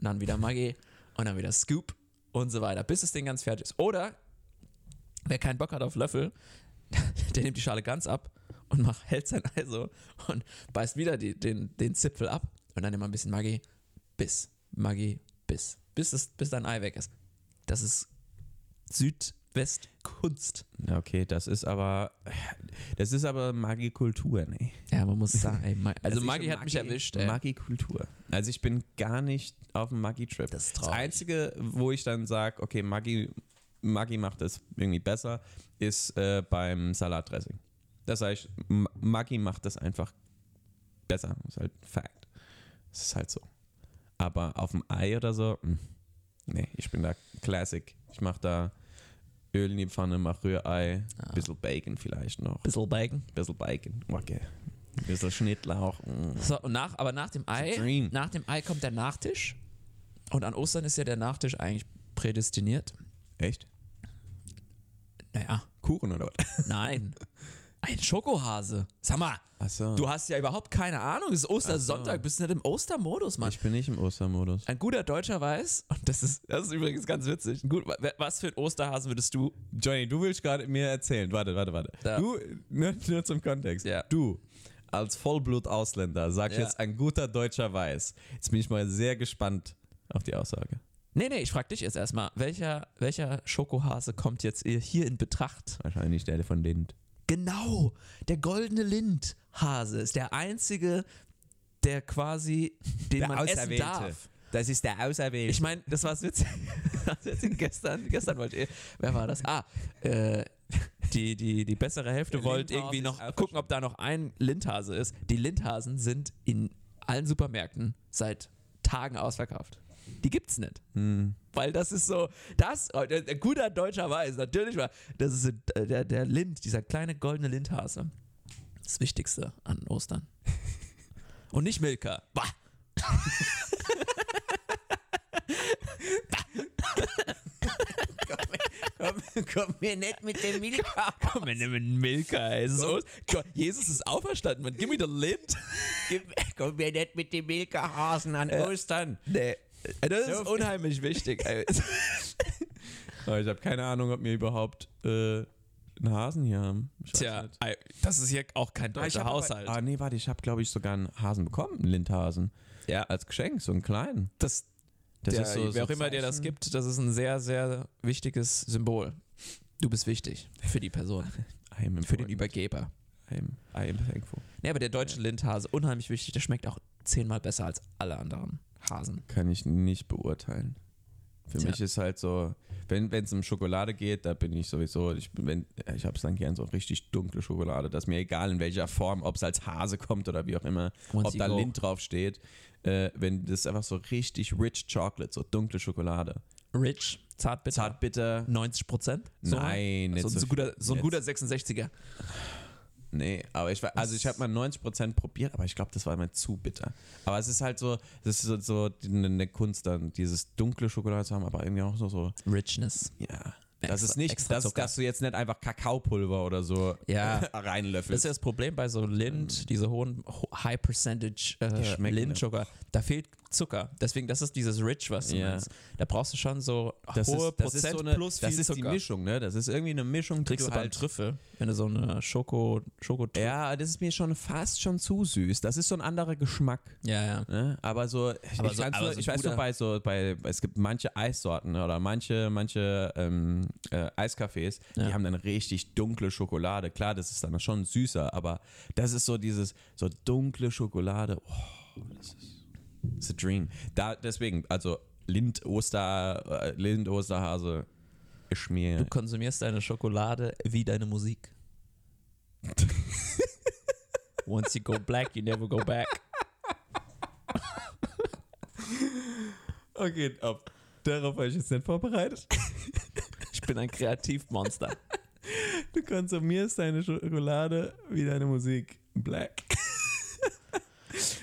S1: dann wieder Maggi und dann wieder Scoop und so weiter, bis das Ding ganz fertig ist. Oder, wer keinen Bock hat auf Löffel, *laughs* der nimmt die Schale ganz ab und macht, hält sein Ei so und beißt wieder die, den, den Zipfel ab und dann immer ein bisschen Maggi, Biss, Maggi, Biss, bis, es, bis dein Ei weg ist. Das ist Südwestkunst.
S2: Na, Okay, das ist aber, das ist aber Magikultur, ne?
S1: Ja, man muss sagen, ey, Ma also
S2: ich-
S1: Maggi hat mich erwischt, ey.
S2: Magikultur. Also ich bin gar nicht auf dem Magi-Trip.
S1: Das ist
S2: Das
S1: traurig.
S2: Einzige, wo ich dann sage, okay, Maggi, Maggi macht es irgendwie besser, ist äh, beim Salatdressing. Das heißt, M- Maggi macht das einfach besser. Ist halt Fact. Es ist halt so. Aber auf dem Ei oder so, mh, nee, ich bin da Classic. Ich mache da Öl in die Pfanne, mach Rührei,
S1: Ah.
S2: bisschen Bacon vielleicht noch,
S1: Bissl bacon.
S2: bisschen Bacon, okay. Bisschen Schnittlauch. hm. mh.
S1: So, und nach, aber nach dem
S2: a
S1: Ei,
S2: dream.
S1: nach dem Ei kommt der Nachtisch. Und an Ostern ist ja der Nachtisch eigentlich prädestiniert.
S2: Echt?
S1: *laughs* Naja,
S2: Kuchen oder was?
S1: nein. Ein Schokohase. Sag mal,
S2: Achso.
S1: du hast ja überhaupt keine Ahnung. Es ist Ostersonntag,
S2: Ach so.
S1: bist du nicht im Ostermodus, Mann.
S2: ich bin nicht im Ostermodus.
S1: Ein guter Deutscher weiß, und das ist, das ist übrigens ganz witzig. Gut, wa- was für ein Osterhasen würdest du
S2: Johnny, du willst gerade mir erzählen. Warte, warte, warte.
S1: Ja.
S2: Du, nur, nur zum Kontext.
S1: Ja.
S2: Du, als Vollblut-Ausländer, sagst
S1: Ja.
S2: jetzt ein guter Deutscher weiß. Jetzt bin ich mal sehr gespannt auf die Aussage.
S1: Nee, nee, ich frag dich jetzt erstmal, welcher, welcher Schokohase kommt jetzt hier- hier in Betracht?
S2: Wahrscheinlich der von Lind.
S1: Genau, der goldene Lindhase ist der einzige, der quasi, den man essen darf.
S2: Das ist der Auserwählte.
S1: Ich meine, das war's witzig. *laughs* Das witzig. gestern, gestern wollte ihr, wer war das? Ah, äh, *laughs* die, die, die bessere Hälfte
S2: Der
S1: wollte
S2: Lindhase
S1: irgendwie
S2: ist
S1: noch
S2: auch
S1: gucken, ob da noch ein Lindhase ist. Die Lindhasen sind in allen Supermärkten seit Tagen ausverkauft. Die gibt's nicht. Weil das ist so, das, oh, der, der guter Deutscher weiß, natürlich war, das ist äh, der, der Lind, dieser kleine goldene Lindhase. Das Wichtigste an Ostern. *laughs* Und nicht Milka. Bah.
S2: komm,
S1: *laughs* Komm mir nicht mit dem *laughs* Milka. Komm mir nicht mit dem Milka. Es ist so, Gott, Jesus ist auferstanden, man. Give me the lint.
S2: Komm mir nicht mit dem Milka-Hasen an Ostern.
S1: Nee. Das
S2: So
S1: ist
S2: viel-
S1: unheimlich wichtig. ey.
S2: Aber ich habe keine Ahnung, ob wir überhaupt äh, einen Hasen hier haben. Ich
S1: *laughs*
S2: weiß
S1: Tja,
S2: nicht.
S1: ey, das ist hier auch kein
S2: Ah, ich
S1: deutscher
S2: hab aber-
S1: Haushalt.
S2: Ah, nee, warte, ich habe, glaube ich, sogar einen Hasen bekommen, einen Lindhasen.
S1: Ja.
S2: Als Geschenk, so einen kleinen.
S1: Das,
S2: Das
S1: der,
S2: ist so,
S1: wer
S2: so
S1: auch immer dir das
S2: Zeichen.
S1: gibt, das ist ein sehr, sehr wichtiges Symbol. Du bist wichtig für die Person,
S2: *laughs* I am
S1: für den
S2: important.
S1: Übergeber.
S2: I am, I am thankful.
S1: Nee, aber der deutsche Lindhase, unheimlich wichtig, der schmeckt auch zehnmal besser als alle anderen Hasen.
S2: Kann ich nicht beurteilen. Für
S1: Tja.
S2: mich ist halt so, wenn es um Schokolade geht, da bin ich sowieso, ich, bin- wenn, ich habe es dann gern so richtig dunkle Schokolade. Das ist mir egal, in welcher Form, ob es als Hase kommt oder wie auch immer,
S1: Once
S2: ob
S1: you
S2: da
S1: go.
S2: Lind drauf steht. Äh, wenn das ist einfach so richtig rich Chocolate, so dunkle Schokolade.
S1: Rich, zartbitter,
S2: Zartbitter.
S1: 90 Prozent?
S2: Nein,
S1: so,
S2: nicht
S1: so,
S2: so
S1: ein guter, so ein
S2: Jetzt-
S1: guter 66er.
S2: Nee, aber ich war, also ich habe mal 90% probiert, aber ich glaube, das war immer zu bitter. Aber es ist halt so, das ist so, so die- eine eine Kunst dann, dieses dunkle Schokolade zu haben, aber irgendwie auch so, so
S1: Richness.
S2: ja. Das
S1: Extra-
S2: ist nicht,
S1: extra
S2: dass,
S1: Zucker.
S2: dass du jetzt nicht einfach Kakaopulver oder so
S1: Ja. Das ist
S2: *laughs* reinlöffelst.
S1: ja das Problem bei so Lind, diese hohen ho- High Percentage
S2: Die
S1: äh,
S2: schmecken
S1: Lind-Sugar. Da fehlt Zucker. Deswegen, das ist dieses Rich, was du
S2: Ja.
S1: meinst. Da brauchst du schon so
S2: Das
S1: hohe
S2: ist, das
S1: Prozent
S2: ist so eine,
S1: plus viel
S2: das ist die
S1: Zucker.
S2: Mischung, ne? Das ist irgendwie eine Mischung, die
S1: Kriegst du
S2: du
S1: beim
S2: halt
S1: Trüffel, wenn du so eine Schoko, Schoko
S2: Ja, das ist mir schon fast schon zu süß. Das ist so ein anderer Geschmack.
S1: ja, ja.
S2: Ne? Aber so, ich,
S1: Aber
S2: ich,
S1: so-
S2: kann's
S1: aber
S2: nur,
S1: so
S2: ich weiß
S1: guter-
S2: nur bei so, bei, es gibt manche Eissorten ne, oder manche, manche ähm, äh, Eiscafés,
S1: Ja.
S2: die haben dann richtig dunkle Schokolade. Klar, das ist dann schon süßer, aber das ist so dieses, so dunkle Schokolade. Oh, das ist it's a dream. Da, deswegen, also Lind, Oster, äh, Lind, Osterhase ist mir.
S1: Du konsumierst deine Schokolade wie deine Musik. *laughs* Once you go black, you never go back.
S2: Okay, auf, darauf war ich jetzt nicht vorbereitet.
S1: Ich bin ein Kreativmonster.
S2: Du konsumierst deine Schokolade wie deine Musik. Black.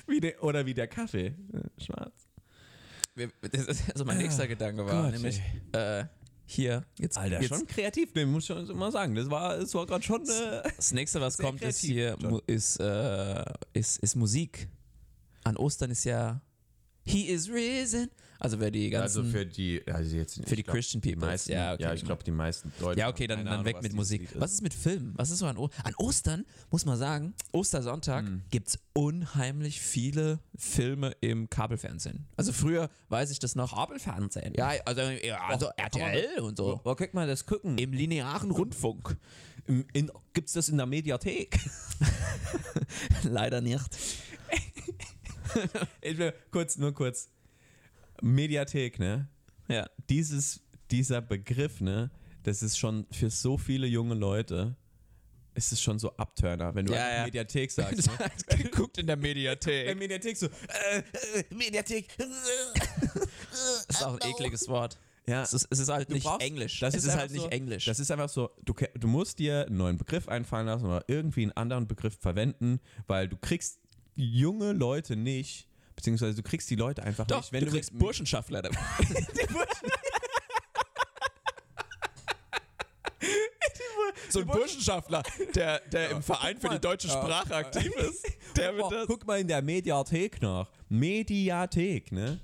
S2: wie de, oder wie der Kaffee. Schwarz.
S1: Wir- Das ist also mein nächster Gedanke war
S2: Gott,
S1: nämlich äh, hier jetzt
S2: Alter,
S1: jetzt,
S2: schon kreativ. Nee, muss ich schon mal sagen. Das war, das war gerade schon. Äh,
S1: Das nächste, was
S2: Sehr
S1: kommt, ist
S2: kreativ,
S1: hier
S2: John.
S1: mu- ist, äh, ist, ist Musik. An Ostern ist ja He is risen. Also wer die ganzen für,
S2: die, also jetzt
S1: die Christian People. ja, okay, genau.
S2: die meisten Leute.
S1: Ja, okay, dann, dann weg mit Musik. was ist mit Film? Was ist so an Ostern? An Ostern muss man sagen, Ostersonntag gibt es unheimlich viele Filme im Kabelfernsehen. Also früher weiß ich das noch. Kabelfernsehen? Ja, also, ja, also RTL und so.
S2: Wo kriegt man das gucken?
S1: Im linearen Rundfunk. *laughs*
S2: Im, in, gibt's das in der Mediathek?
S1: Leider nicht.
S2: Ich will kurz, nur kurz. Mediathek, ne?
S1: Ja.
S2: dieses, dieser Begriff, ne, das ist schon für so viele junge Leute, ist es schon so Abturner, wenn du
S1: Ja,
S2: einfach
S1: ja. *laughs*
S2: Mediathek sagst. ne?
S1: Geguckt *laughs* in der Mediathek.
S2: Bei Mediathek so, äh, äh, Mediathek.
S1: *laughs* Das ist auch ein ekliges Wort.
S2: Ja,
S1: Es ist, es ist halt
S2: du
S1: nicht
S2: brauchst-
S1: Englisch.
S2: das
S1: es ist,
S2: einfach
S1: halt
S2: so,
S1: nicht Englisch.
S2: Das ist einfach so, du, ke- du musst dir einen neuen Begriff einfallen lassen oder irgendwie einen anderen Begriff verwenden, weil du kriegst junge Leute nicht, beziehungsweise du kriegst die Leute einfach nicht, wenn du, mit- mit,
S1: Burschenschaftler. *laughs* dabei. so ein Burschenschaftler, der, der im Verein für die deutsche Sprache aktiv ist. Der
S2: Oh,
S1: wird das.
S2: guck mal in der Mediathek nach. Mediathek, ne?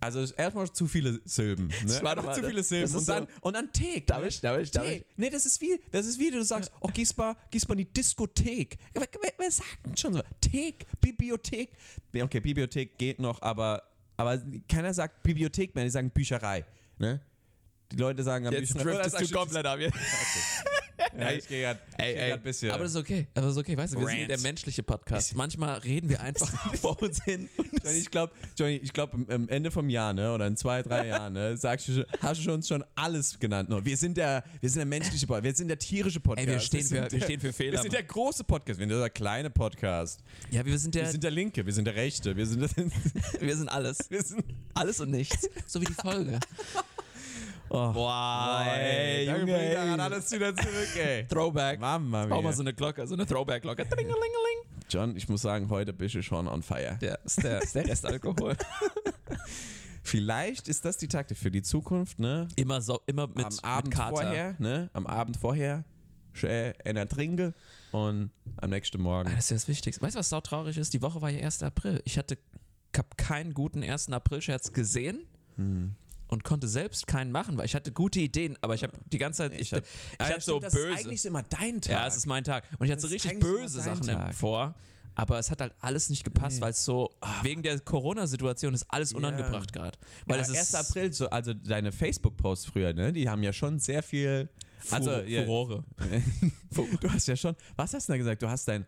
S2: Also ist erstmal zu viele Silben. Ne?
S1: Das war doch
S2: Erstmal
S1: zu viele
S2: Das
S1: Silben.
S2: ist
S1: Und
S2: und,
S1: dann-
S2: dann, und dann Thek.
S1: Darf
S2: ne?
S1: ich- darf ich- darf
S2: Thek.
S1: ich?
S2: Nee, das ist wie, das ist wie du
S1: *laughs*
S2: sagst, oh, gehst mal, gehst mal in die Diskothek. Wer, wer, wer sagt denn schon so? Thek, Bibliothek. Ja, Okay, Bibliothek geht noch, aber, aber keiner sagt Bibliothek mehr, die sagen Bücherei. Ne? Die Leute sagen am
S1: Jetzt
S2: Oder
S1: driftest
S2: sagst
S1: du komplett ab. hier.
S2: Ja, ich gehe gerade
S1: Ey, ey,
S2: ein bisschen.
S1: aber das ist okay. Aber das ist okay, weißt du, wir sind
S2: Rant.
S1: hier der menschliche Podcast. Manchmal reden wir *laughs* einfach vor uns hin. Und
S2: Johnny, ich glaube, Johnny, ich glaube, am- am Ende vom Jahr, ne, oder in zwei,
S1: *laughs*
S2: drei Jahren, ne, sagst du, schon- hast du uns schon alles genannt. Nur wir sind der, wir sind der menschliche Podcast, wir sind der tierische Podcast.
S1: Ey, wir stehen
S2: sind
S1: für- wir
S2: der,
S1: stehen für Fehler,
S2: Wir sind der große Podcast, wir sind der kleine Podcast.
S1: ja, wir sind, der,
S2: Wir sind der linke, wir sind der rechte, wir sind, *laughs*
S1: wir sind alles.
S2: wir sind
S1: Alles und
S2: *laughs*
S1: nichts. So wie die *laughs* Folge.
S2: Oh.
S1: Boah, ey,
S2: da
S1: Junge,
S2: bringt
S1: ey.
S2: daran alles wieder zurück, ey.
S1: *laughs* Throwback.
S2: Mama
S1: Bau mal
S2: mia.
S1: so eine Glocke, so eine Throwback-Glocke. Tringelingeling.
S2: John, ich muss sagen, heute bist du schon on fire.
S1: Der ist der, ist der Restalkohol.
S2: *laughs* Vielleicht ist das die Taktik für die Zukunft, ne?
S1: Immer, so, immer mit,
S2: am Abend
S1: mit Kater.
S2: vorher, ne? Am Abend vorher schön einer trinke und am nächsten
S1: Ah,
S2: Morgen.
S1: Das ist ja das Wichtigste. Weißt du, was sautraurig ist? Die Woche war ja 1. April. Ich hatte ich hab keinen guten 1. April-Scherz gesehen
S2: Hm.
S1: und konnte selbst keinen machen, weil ich hatte gute Ideen, aber ich habe die ganze Zeit, ich, ich,
S2: hab- Ah,
S1: hatte so
S2: stimmt, das Ist
S1: böse.
S2: eigentlich immer dein Tag.
S1: Ja, es ist mein Tag. Und ich hatte so
S2: Das ist
S1: richtig
S2: eigentlich
S1: böse
S2: immer dein
S1: Sachen
S2: Tag.
S1: vor, aber es hat halt alles nicht gepasst, weil es so, ah, wegen der Corona-Situation ist alles unangebracht gerade. Weil es
S2: Aber
S1: ist
S2: 1. April, so, also deine Facebook-Posts früher, ne? Die haben ja schon sehr viel. Also,
S1: Furo-
S2: ja,
S1: Furore.
S2: du hast ja schon. Was hast du denn da gesagt? Du hast dein.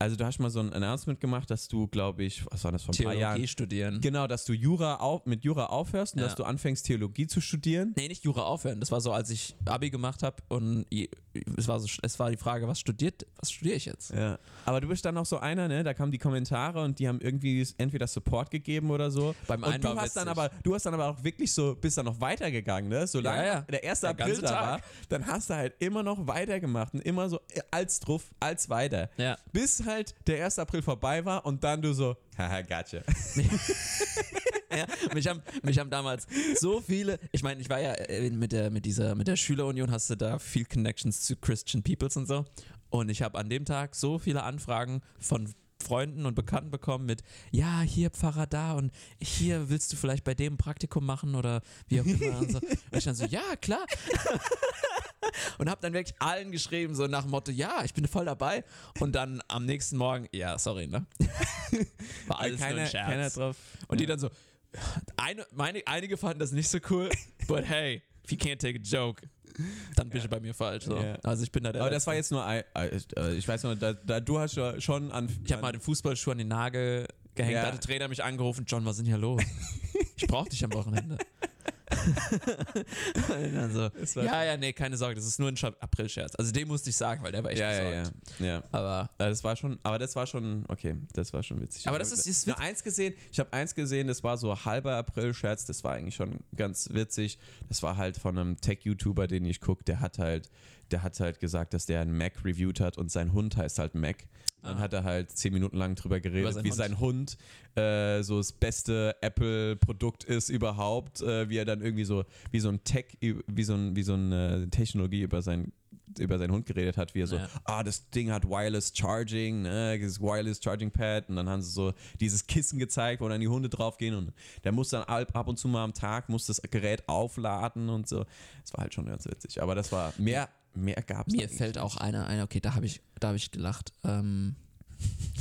S2: Also, du hast mal so ein Announcement gemacht, dass du, glaube ich, was war das vor ein paar Jahren?
S1: Theologie studieren.
S2: Genau, dass du Jura auf, mit Jura aufhörst und
S1: Ja.
S2: dass du anfängst, Theologie zu studieren.
S1: Nee, nicht Jura aufhören. Das war so, als ich Abi gemacht habe und je- es war, so, es war die Frage, was studiert, was studiere ich jetzt?
S2: Ja. Aber du bist dann auch so einer, ne? Da kamen die Kommentare und die haben irgendwie entweder Support gegeben oder so.
S1: Beim
S2: und
S1: einen
S2: du
S1: war
S2: hast dann
S1: witzig.
S2: aber, du hast dann aber auch wirklich so, bist dann noch weitergegangen, ne? Solange
S1: Ja, ja.
S2: der 1.
S1: Der
S2: April
S1: ganze
S2: da war,
S1: Tag.
S2: dann hast du halt immer noch weitergemacht und immer so äh, als drauf, als weiter.
S1: Ja.
S2: Bis halt der 1. April vorbei war und dann du so, *laughs* haha, gotcha.
S1: Ja, mich, haben, mich haben damals so viele, ich meine, ich war ja äh, mit der, mit dieser, mit der Schülerunion hast du da viel Connections zu Christian Peoples und so. Und ich habe an dem Tag so viele Anfragen von Freunden und Bekannten bekommen mit, ja, hier Pfarrer da und hier willst du vielleicht bei dem ein Praktikum machen oder wie auch immer. Und, so. und ich dann so, ja, klar. Und habe dann wirklich allen geschrieben, so nach dem Motto, ja, ich bin voll dabei. Und dann am nächsten Morgen, ja, sorry, ne? *laughs* War alles nur
S2: keiner,
S1: ein Scherz.
S2: keiner drauf.
S1: Und die dann so, eine, meine, einige fanden das nicht so cool, but hey, if you can't take a joke, dann bist du bei mir falsch. So.
S2: Ja.
S1: Also ich bin da der.
S2: Aber das war jetzt nur ein, äh, äh, ich weiß noch, da, da, du hast ja schon an.
S1: ich habe mal den Fußballschuh an den Nagel gehängt,
S2: Ja.
S1: da hat der Trainer mich angerufen, John, was ist denn hier los? ich brauche dich am Wochenende. Und dann so, *laughs*
S2: war
S1: ja, ja, nee, keine Sorge, das ist nur ein Scha- April-Scherz. Also den musste ich sagen, weil der war echt
S2: ja, ja, ja,
S1: besorgt.
S2: ja.
S1: Aber
S2: Ja, Das war schon, aber das war schon, okay, das war schon witzig.
S1: Aber das ist- ist
S2: ich habe eins gesehen, ich habe eins gesehen, das war so halber April-Scherz, das war eigentlich schon ganz witzig. Das war halt von einem Tech-YouTuber, den ich gucke, der hat halt, der hat halt gesagt, dass der einen Mac reviewed hat und sein Hund heißt halt Mac. Dann
S1: Ah.
S2: hat er halt zehn Minuten lang drüber
S1: Über
S2: geredet,
S1: seinen
S2: wie
S1: Hund.
S2: sein Hund äh, so das beste Apple-Produkt ist überhaupt, äh, wie er dann irgendwie so, wie so ein Tech, wie so ein, wie so eine Technologie über sein über seinen Hund geredet hat, wie er so,
S1: Ja.
S2: ah, das Ding hat Wireless Charging, ne, dieses Wireless Charging Pad und dann haben sie so dieses Kissen gezeigt, wo dann die Hunde draufgehen und der muss dann ab, ab und zu mal am Tag, muss das Gerät aufladen und so. Das war halt schon ganz witzig, aber das war, mehr, mehr gab es
S1: mir fällt auch einer ein, okay, da habe ich, da hab ich gelacht. Ähm,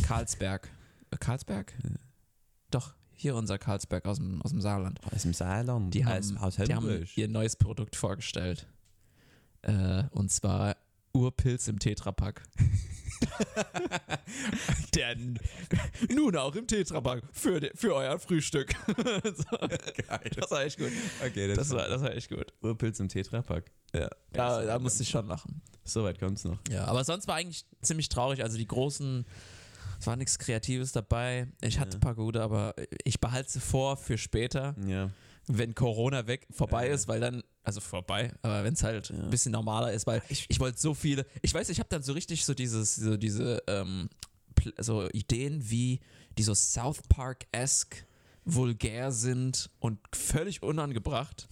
S1: Karlsberg. Äh, Karlsberg? Doch, hier unser Karlsberg aus dem, aus dem Saarland.
S2: aus dem Saarland,
S1: Die
S2: aus,
S1: haben,
S2: aus
S1: Ähm, die haben
S2: Hamburg.
S1: ihr neues Produkt vorgestellt. Äh, und zwar Urpilz im *laughs* Tetrapack. Denn nun auch im Tetrapack für, de- für euer Frühstück. *laughs* so. Das war echt gut.
S2: okay,
S1: Das war, das war echt gut.
S2: Urpilz im Tetrapack. Ja.
S1: Da, da musste ich schon lachen.
S2: So weit kommt's noch.
S1: Ja, aber sonst war eigentlich ziemlich traurig. Also die großen, es war nichts Kreatives dabei. Ich hatte ein paar gute, aber ich behalte sie vor für später.
S2: Ja.
S1: wenn Corona weg vorbei
S2: Ja.
S1: ist, weil dann, also vorbei, aber wenn es halt ein bisschen normaler ist, weil ich, wollte so viele, ich weiß, ich habe dann so richtig so dieses, so diese ähm, Pl- so Ideen wie, die so South Park-esque vulgär sind und völlig unangebracht.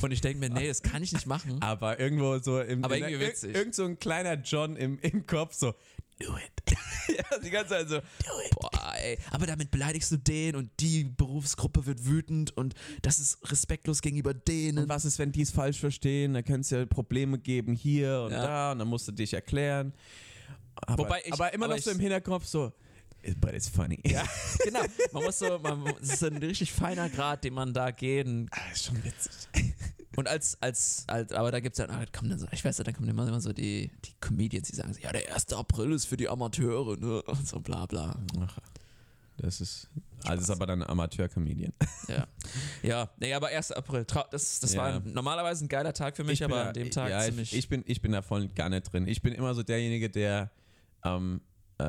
S1: Und ich denke mir, nee, das kann ich nicht machen.
S2: Aber irgendwo so im.
S1: Aber
S2: in
S1: irgendwie
S2: der- ir-
S1: witzig.
S2: Irgend so ein kleiner John im, im Kopf so. *laughs* Do
S1: *laughs*
S2: it. ja, die ganze Zeit so.
S1: Boah, ey. Aber damit beleidigst du den und die Berufsgruppe wird wütend und das ist respektlos gegenüber
S2: Und
S1: denen.
S2: was ist, wenn die es falsch verstehen? Da könnte es ja Probleme geben hier und
S1: Ja.
S2: da und dann musst du dich erklären. Aber,
S1: Wobei ich-
S2: aber immer
S1: aber
S2: noch so
S1: ich-
S2: im Hinterkopf so. But it's funny. Ja,
S1: genau. Man muss so, man, es ist ein richtig feiner Grad, den man da gehen
S2: ist schon witzig.
S1: Und als, als, als aber da gibt es dann, ah, kommen dann so, ich weiß ja, dann kommen immer, immer so die, die Comedians, die sagen so, ja, der 1. April ist für die Amateure, ne? Und so bla bla.
S2: Das ist. Also ist aber dann ein Amateur-Comedian.
S1: Ja. Ja, nee, aber 1. April, trau- das, das
S2: Ja.
S1: war ein, normalerweise ein geiler Tag für mich,
S2: bin
S1: aber
S2: da-
S1: an dem Tag
S2: ja, ich-
S1: ziemlich.
S2: Ich bin, ich bin da voll gar nicht drin. Ich bin immer so derjenige, der am, äh,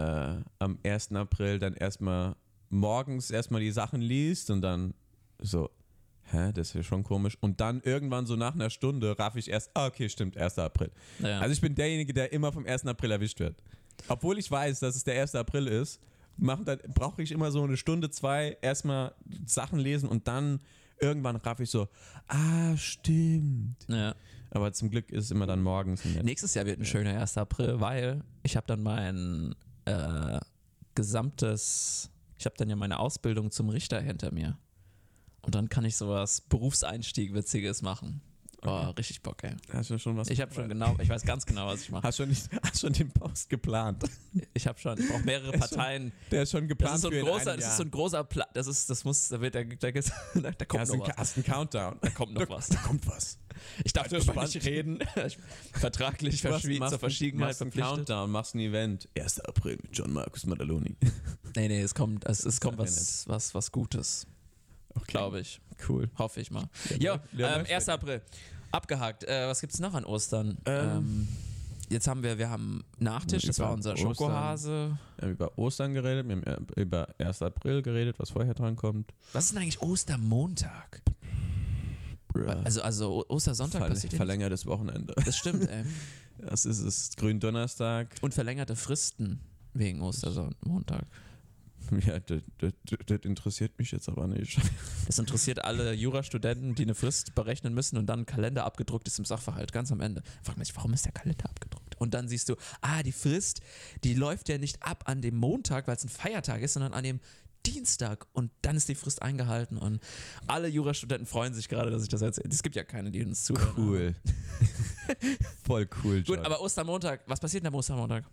S2: am 1. April dann erstmal morgens erstmal die Sachen liest und dann so, hä, das ist ja schon komisch. Und dann irgendwann so nach einer Stunde raff ich erst, ah, okay, stimmt, 1. April.
S1: ja.
S2: Also ich bin derjenige, der immer vom 1. April erwischt wird. Obwohl ich weiß, dass es der 1. April ist, machen dann brauche ich immer so eine Stunde, zwei, erstmal Sachen lesen und dann irgendwann raff ich so, ah, stimmt.
S1: Ja.
S2: Aber zum Glück ist es immer dann morgens. und dann-
S1: Nächstes Jahr wird ein schöner 1. April, weil ich habe dann mein äh, gesamtes, ich habe dann ja meine Ausbildung zum Richter hinter mir. Und dann kann ich sowas Berufseinstieg Witziges machen. Oh, richtig Bock, ey.
S2: Hast du schon was?
S1: Ich habe schon genau, ich weiß ganz genau, was ich
S2: *laughs*
S1: mache.
S2: Hast schon, nicht, hast schon den Post geplant.
S1: Ich habe schon, ich brauche
S2: *laughs*
S1: mehrere
S2: Ist schon
S1: Parteien.
S2: Der ist schon geplant
S1: Das ist so
S2: für
S1: ein
S2: in
S1: großer,
S2: einem
S1: das
S2: Jahr.
S1: ist so ein großer Plan. Das ist, das muss, da wird, da, da, gibt's- *laughs* da, da kommt
S2: hast einen,
S1: noch was.
S2: hast einen Countdown. Da
S1: kommt noch was.
S2: Da kommt *laughs* was.
S1: Ich darf
S2: Alter,
S1: darüber
S2: spannend.
S1: nicht reden. *laughs* Ich- Vertraglich verschwiegen, zur Verschwiegenheit
S2: machst einen
S1: verpflichtet.
S2: Countdown, machst ein Event. 1. April mit John Marcus Madaloni.
S1: Nee, nee, es kommt, es, es kommt
S2: mir
S1: was, was, was Gutes, glaube ich.
S2: Cool.
S1: Hoffe ich mal. Ja,
S2: ja, ne?
S1: ähm,
S2: läuft
S1: 1. April. Abgehakt. Äh, was gibt es noch an Ostern? Ähm, jetzt haben wir, wir haben Nachtisch, das war
S2: Über
S1: unser
S2: Ostern.
S1: Schokohase.
S2: Wir haben über Ostern geredet, wir haben äh, über 1. April geredet, was vorher dran kommt.
S1: Was ist denn eigentlich Ostermontag? Also, also O- Ostersonntag
S2: Verl-
S1: passiert ja nicht.
S2: verlängertes Wochenende.
S1: Das stimmt, ey.
S2: Das ist es. Gründonnerstag.
S1: Und verlängerte Fristen wegen Ostermontag.
S2: Ja, das, das, das interessiert mich jetzt aber nicht.
S1: Das interessiert alle Jurastudenten, die eine Frist berechnen müssen und dann ein Kalender abgedruckt ist im Sachverhalt, ganz am Ende. Fragt man sich, warum ist der Kalender abgedruckt? Und dann siehst du, ah, die Frist, die läuft ja nicht ab an dem Montag, weil es ein Feiertag ist, sondern an dem Dienstag und dann ist die Frist eingehalten und alle Jurastudenten freuen sich gerade, dass ich das erzähle. Es gibt ja keine, die uns zuhören.
S2: *laughs* Cool. Voll cool,
S1: Gut, aber Ostermontag, was passiert denn am Ostermontag?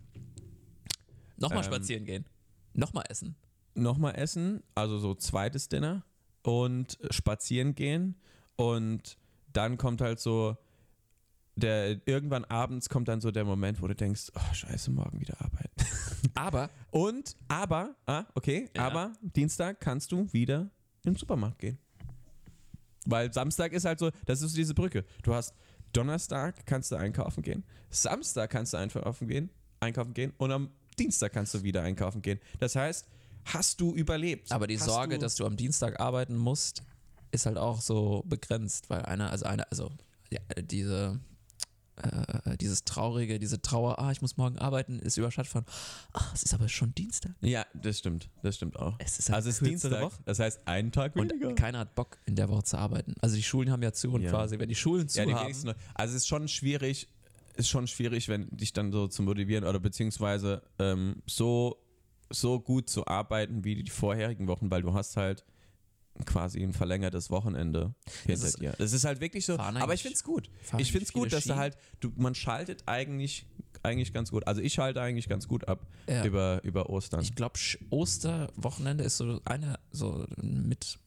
S1: Nochmal
S2: Ähm,
S1: spazieren gehen. Nochmal essen.
S2: nochmal essen, also so zweites Dinner und spazieren gehen und dann kommt halt so der irgendwann abends kommt dann so der Moment, wo du denkst, oh Scheiße, morgen wieder arbeiten.
S1: Aber
S2: Und aber, ah, okay,
S1: Ja.
S2: aber Dienstag kannst du wieder in den Supermarkt gehen. Weil Samstag ist halt so, das ist diese Brücke. Du hast Donnerstag kannst du einkaufen gehen, Samstag kannst du einkaufen gehen, einkaufen gehen und am Dienstag kannst du wieder einkaufen gehen. Das heißt, hast du überlebt.
S1: Aber die
S2: hast
S1: Sorge,
S2: du,
S1: dass du am Dienstag arbeiten musst, ist halt auch so begrenzt, weil einer, also einer, also ja, diese äh, dieses traurige, diese Trauer, ah, ich muss morgen arbeiten, ist überschattet von, ah, es ist aber schon Dienstag.
S2: Ja, das stimmt. Das stimmt auch.
S1: Es ist eine
S2: Also es ist
S1: kürzere
S2: Dienstag,
S1: Woche.
S2: das heißt einen Tag
S1: Und
S2: weniger.
S1: keiner hat Bock, in der Woche zu arbeiten. Also die Schulen haben ja zu und
S2: Ja.
S1: quasi, wenn die Schulen zu
S2: Ja, die wenigsten.
S1: haben,
S2: Also es ist schon schwierig, ist schon schwierig, wenn dich dann so zu motivieren oder beziehungsweise ähm, so, so gut zu arbeiten wie die vorherigen Wochen, weil du hast halt quasi ein verlängertes Wochenende hinter
S1: ist-
S2: dir. Das ist halt wirklich so.
S1: Fahren
S2: Aber
S1: eigentlich-
S2: ich find's gut.
S1: fahren
S2: Ich find's
S1: eigentlich
S2: gut,
S1: viele
S2: dass da
S1: Ski?
S2: halt, du, man schaltet eigentlich, eigentlich ganz gut. Also ich schalte eigentlich ganz gut ab
S1: Ja.
S2: über, über Ostern.
S1: ich glaube, Osterwochenende ist so einer, so mit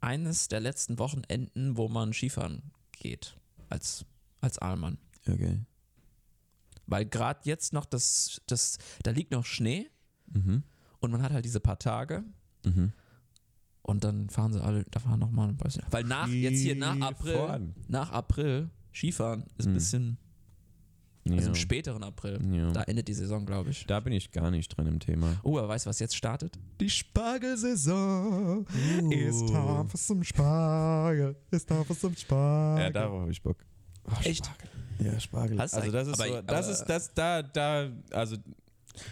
S1: eines der letzten Wochenenden, wo man Skifahren geht, als, als Ahlmann.
S2: okay.
S1: Weil gerade jetzt noch das, das, da liegt noch Schnee
S2: Mhm.
S1: und man hat halt diese paar Tage
S2: Mhm.
S1: und dann fahren sie alle, da fahren nochmal ein paar. Weil nach, jetzt hier nach April,
S2: Skifahren.
S1: nach April, Skifahren ist ein
S2: Mhm.
S1: bisschen, also
S2: Ja.
S1: im späteren April.
S2: Ja.
S1: Da endet die Saison, glaube ich.
S2: Da bin ich gar nicht drin im Thema.
S1: Oh, aber weißt du, was jetzt startet?
S3: Die Spargelsaison Ah, ist da was zum Spargel. Ist da was zum
S1: Ah,
S3: Spargel.
S2: Ja, darauf habe ich Bock.
S1: Echt?
S2: Ja, Spargel.
S1: Hast du
S2: also das ist
S1: aber-
S2: so, das
S1: aber-
S2: ist das da da also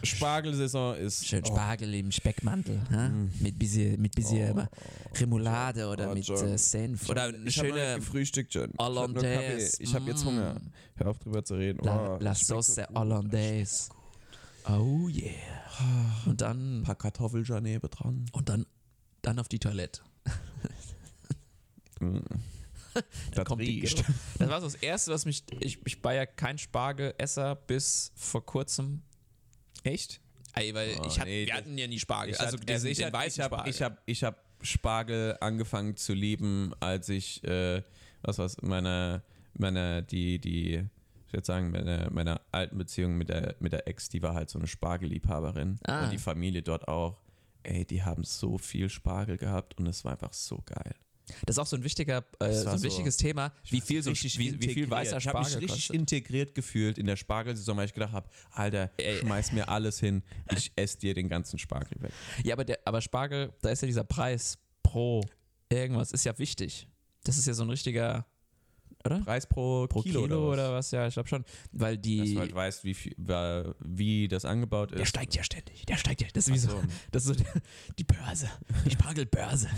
S2: Spargelsaison ist
S1: Schön Spargel im Speckmantel, hä?
S2: Mhm.
S1: mit bisschen, mit bisschen Remoulade oder
S2: Oh,
S1: mit
S2: John.
S1: äh, Senf oder eine schöne
S2: Frühstück John. Ich hab nur
S1: Hollandaise.
S2: Kaffee. Ich habe jetzt
S1: Mm.
S2: Hunger. Hör auf drüber zu reden.
S1: La,
S2: Oh,
S1: la
S2: das schmeckt
S1: Sauce
S2: so gut.
S1: Hollandaise. Oh yeah. Und dann
S2: Ein paar Kartoffeljanebe dran.
S1: Und dann, dann auf die Toilette.
S2: Mm.
S1: Dann kommt die
S2: riecht. *laughs*
S1: Das war so das Erste, was mich. Ich, ich war ja kein Spargelesser bis vor kurzem.
S2: Echt?
S1: Ey, weil
S2: Oh,
S1: ich hatte,
S2: nee,
S1: wir
S2: das-
S1: hatten ja nie Spargel.
S2: Ich
S1: also
S2: hab-
S1: diesen,
S2: ich
S1: den
S2: hab-
S1: weißen
S2: ich habe
S1: Spargel.
S2: ich hab, ich hab Spargel angefangen zu lieben, als ich äh, was was meine meine die die ich würde sagen meine meine alten Beziehung mit der mit der Ex, die war halt so eine Spargelliebhaberin
S1: Ah.
S2: und die Familie dort auch. Ey, die haben so viel Spargel gehabt und es war einfach so geil.
S1: das ist auch so ein wichtiger, äh,
S2: Das
S1: so
S2: war
S1: ein
S2: so-
S1: wichtiges Thema, wie viel, so,
S2: Richtig
S1: wie, wie viel
S2: integriert.
S1: weißer
S2: Ich habe mich
S1: Spargel
S2: richtig
S1: kostet.
S2: integriert gefühlt in der Spargelsaison, weil ich gedacht habe, Alter, schmeiß mir alles hin, ich esse dir den ganzen Spargel weg.
S1: Ja, aber, der, aber Spargel, da ist ja dieser Preis pro irgendwas, ist ja wichtig. Das ist ja so ein richtiger oder?
S2: Preis pro,
S1: Pro Kilo, oder,
S2: was?
S1: was? Ja, ich glaube schon. Weil
S2: Dass
S1: die.
S2: du halt weißt, wie, viel, wa- wie das angebaut ist.
S1: der steigt ja ständig. Der steigt ja. Das ist wie so,
S2: so.
S1: das ist so *laughs* die- die Börse. Die Spargelbörse.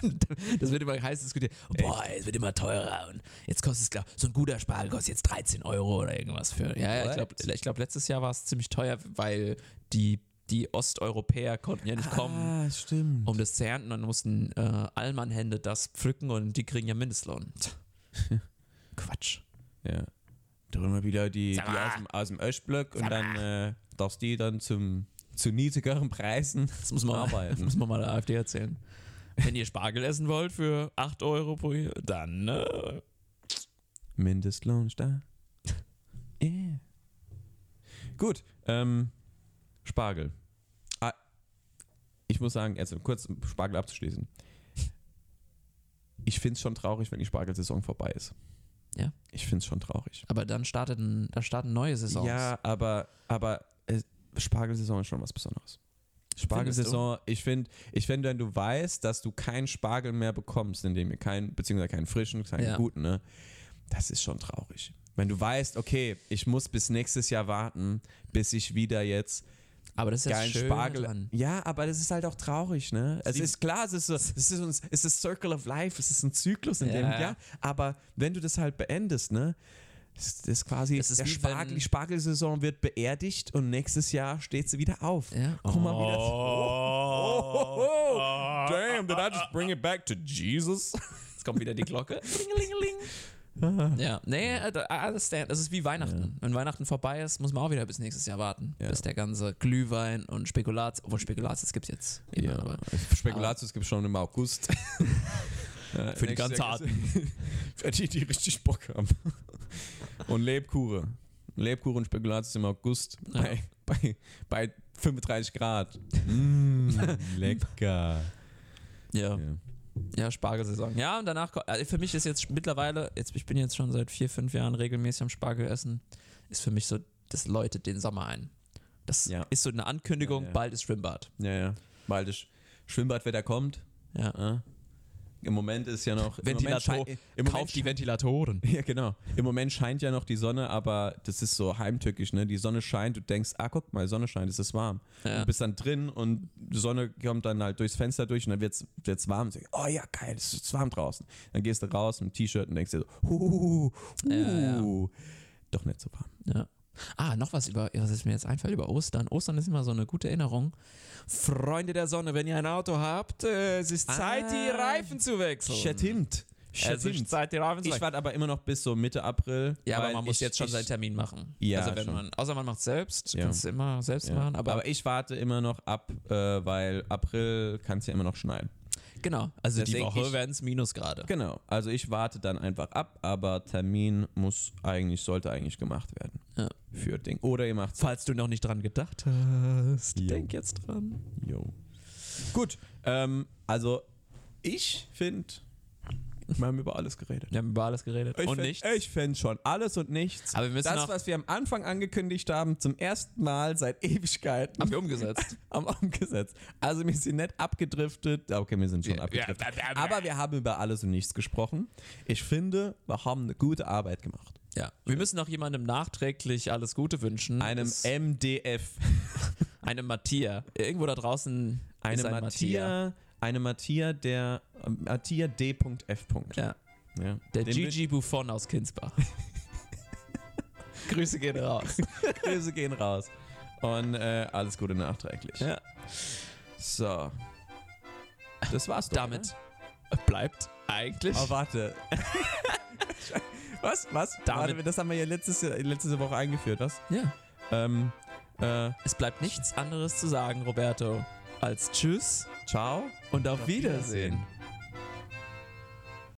S1: *laughs* das wird immer heiß diskutiert. Oh, Boah, es wird immer teurer. Und jetzt kostet es, glaub, so ein guter Spargel kostet jetzt 13 Euro oder irgendwas für. Ja, ja ich glaube,
S2: What?
S1: ich glaub, letztes Jahr war es ziemlich teuer, weil die, die Osteuropäer konnten ja nicht kommen.
S2: Ah, stimmt.
S1: um das zu ernten und mussten äh, Allmannhände das pflücken und die kriegen ja Mindestlohn. Tch. *laughs* Quatsch.
S2: Ja. Da holen wir wieder die, die
S1: Sag mal.
S2: aus, dem, aus dem Östblock und
S1: Sag
S2: dann äh, darfst die dann zum, zu niedrigeren Preisen.
S1: *laughs* Das muss man,
S2: Arbeiten. *laughs*
S1: muss man mal der AfD erzählen. Wenn ihr Spargel essen wollt für 8 Euro pro Jahr, dann äh,
S2: Mindestlohn da.
S1: yeah.
S2: Gut, ähm, Spargel. Ah, ich muss sagen, also kurz um Spargel abzuschließen. Ich finde es schon traurig, wenn die Spargelsaison vorbei ist.
S1: Ja.
S2: Ich finde es schon traurig.
S1: Aber dann startet ein, da starten neue Saisons.
S2: Ja, aber, aber äh, Spargelsaison ist schon was Besonderes. Spargelsaison, ich finde, ich find, wenn du weißt, dass du keinen Spargel mehr bekommst, indem ihr keinen, beziehungsweise keinen frischen, keinen
S1: Ja.
S2: guten, ne? Das ist schon traurig. Wenn du weißt, okay, ich muss bis nächstes Jahr warten, bis ich wieder jetzt
S1: Aber das ist ja
S2: geilen
S1: schön
S2: Spargel.
S1: dran.
S2: Ja, aber das ist halt auch traurig, ne? Es
S1: Sie-
S2: ist klar, es ist, so, es ist uns, es ist Circle of Life, es ist ein Zyklus in
S1: Ja.
S2: dem, ja. Aber wenn du das halt beendest, ne? Es ist quasi,
S1: Es ist
S2: der
S1: wie
S2: Spargel,
S1: wenn-
S2: die Spargelsaison wird beerdigt und nächstes Jahr steht sie wieder auf.
S1: Ja.
S2: Guck mal, wie das.
S1: Oh.
S2: Damn, did I just bring it back to Jesus?
S1: Jetzt kommt wieder die
S2: *laughs*
S1: Glocke. ja, nee, äh, I understand. Das ist wie Weihnachten. Wenn Weihnachten vorbei ist, muss man auch wieder bis nächstes Jahr warten.
S2: Ja.
S1: Bis der ganze Glühwein und Spekulatius, obwohl Spekulatius gibt es jetzt immer, aber äh,
S2: Spekulatius gibt es schon
S1: *laughs*
S2: im August. Ja,
S1: Für die
S2: nächstes
S1: ganze
S2: Jahr-
S1: Art.
S2: *laughs* Für die, die richtig Bock haben. Und Lebkuche. Lebkuche und Spekulatius im August
S1: Ja.
S2: bei, bei, bei 35 Grad. *laughs*
S3: lecker.
S1: Mm, Ja,
S2: Ja.
S1: ja, Spargelsaison. Ja, und danach, ko- also für mich ist jetzt mittlerweile, jetzt, ich bin jetzt schon seit vier, fünf Jahren regelmäßig am Spargel essen, ist für mich so, das läutet den Sommer ein. Das
S2: Ja.
S1: ist so eine Ankündigung,
S2: Ja, ja.
S1: bald ist Schwimmbad.
S2: ja, ja. Weil das Schwimmbadwetter kommt.
S1: Ja.
S2: Ja. Im Moment ist ja noch.
S1: Ventilator-
S2: Im Moment, schei- im Moment
S1: Kauft die Ventilatoren.
S2: *laughs* Ja, genau. Im Moment scheint ja noch die Sonne, aber das ist so heimtückisch, ne? Die Sonne scheint, du denkst, ah, guck mal, die Sonne scheint, es ist warm.
S1: Ja.
S2: Du bist dann drin und die Sonne kommt dann halt durchs Fenster durch und dann wird's, wird's warm. Und so, oh ja, geil, es ist warm draußen. Dann gehst du raus mit dem T-Shirt und denkst dir so, huhuhu, uh,
S1: Ja,
S2: doch nicht so warm.
S1: Ja. Ah, noch was über, was ist mir jetzt einfällt, über Ostern. Ostern ist immer so eine gute Erinnerung. Freunde der Sonne, wenn ihr ein Auto habt, äh, es ist Zeit, die
S2: Ah.
S1: Reifen zu wechseln.
S2: Stimmt.
S1: Es ist Zeit, die Reifen zu
S2: Also Ich
S1: wechseln.
S2: warte aber immer noch bis so Mitte April.
S1: Ja, aber
S2: weil
S1: man muss
S2: ich-
S1: jetzt schon
S2: ich-
S1: seinen Termin machen.
S2: Ja,
S1: also wenn
S2: schon.
S1: man, außer man macht selbst,
S2: Ja.
S1: kannst du immer selbst
S2: ja.
S1: machen.
S2: aber,
S1: Aber,
S2: ich warte immer noch ab, äh, weil April kann es ja immer noch schneien.
S1: genau, also die
S2: Deswegen
S1: Woche
S2: ich-
S1: werden es Minusgrade.
S2: Genau, also ich warte dann einfach ab, aber Termin muss eigentlich, sollte eigentlich gemacht werden.
S1: Ja.
S2: Für Ding. Oder ihr macht
S1: Falls du noch nicht dran gedacht hast,
S2: Jo.
S1: denk jetzt dran.
S2: Gut, ähm, also ich finde, wir haben über alles geredet.
S1: Wir haben über alles geredet.
S2: Ich
S1: und
S2: find-
S1: nicht.
S2: Ich finde schon alles und nichts.
S1: Aber wir müssen
S2: das,
S1: noch-
S2: was wir am Anfang angekündigt haben, zum ersten Mal seit *laughs* Ewigkeiten
S1: Haben wir umgesetzt.
S2: am umgesetzt. Also wir sind nicht abgedriftet. Ja, Okay, wir sind schon
S1: Ja,
S2: abgedriftet.
S1: ja, ja, ja.
S2: Aber wir haben über alles und nichts gesprochen. Ich finde, wir haben eine gute Arbeit gemacht.
S1: *laughs* ja. Wir müssen noch jemandem nachträglich alles Gute wünschen.
S2: Einem
S1: Das-
S2: MDF.
S1: Einem Mattia. Irgendwo da draußen
S2: Eine
S1: ist ein Mattia.
S2: Mattia. Eine Mattia, der ähm, Mattia D.F.
S1: Ja.
S2: Ja.
S1: Der
S2: Den
S1: Gigi Buffon aus Kinsbach. Grüße gehen raus.
S2: wün- *laughs* Grüße gehen raus. Und äh, alles Gute nachträglich.
S1: Ja.
S2: So. Das war's doch,
S1: Damit bleibt eigentlich.
S2: Oder? Oh, warte. *laughs* was? Was?
S1: Damit-
S2: Warte, das haben wir ja letztes, letzte Woche eingeführt, was?
S1: ja.
S2: Ähm, äh,
S1: Es bleibt nichts anderes zu sagen, Roberto, als Tschüss
S2: ciao.
S1: und auf Wiedersehen.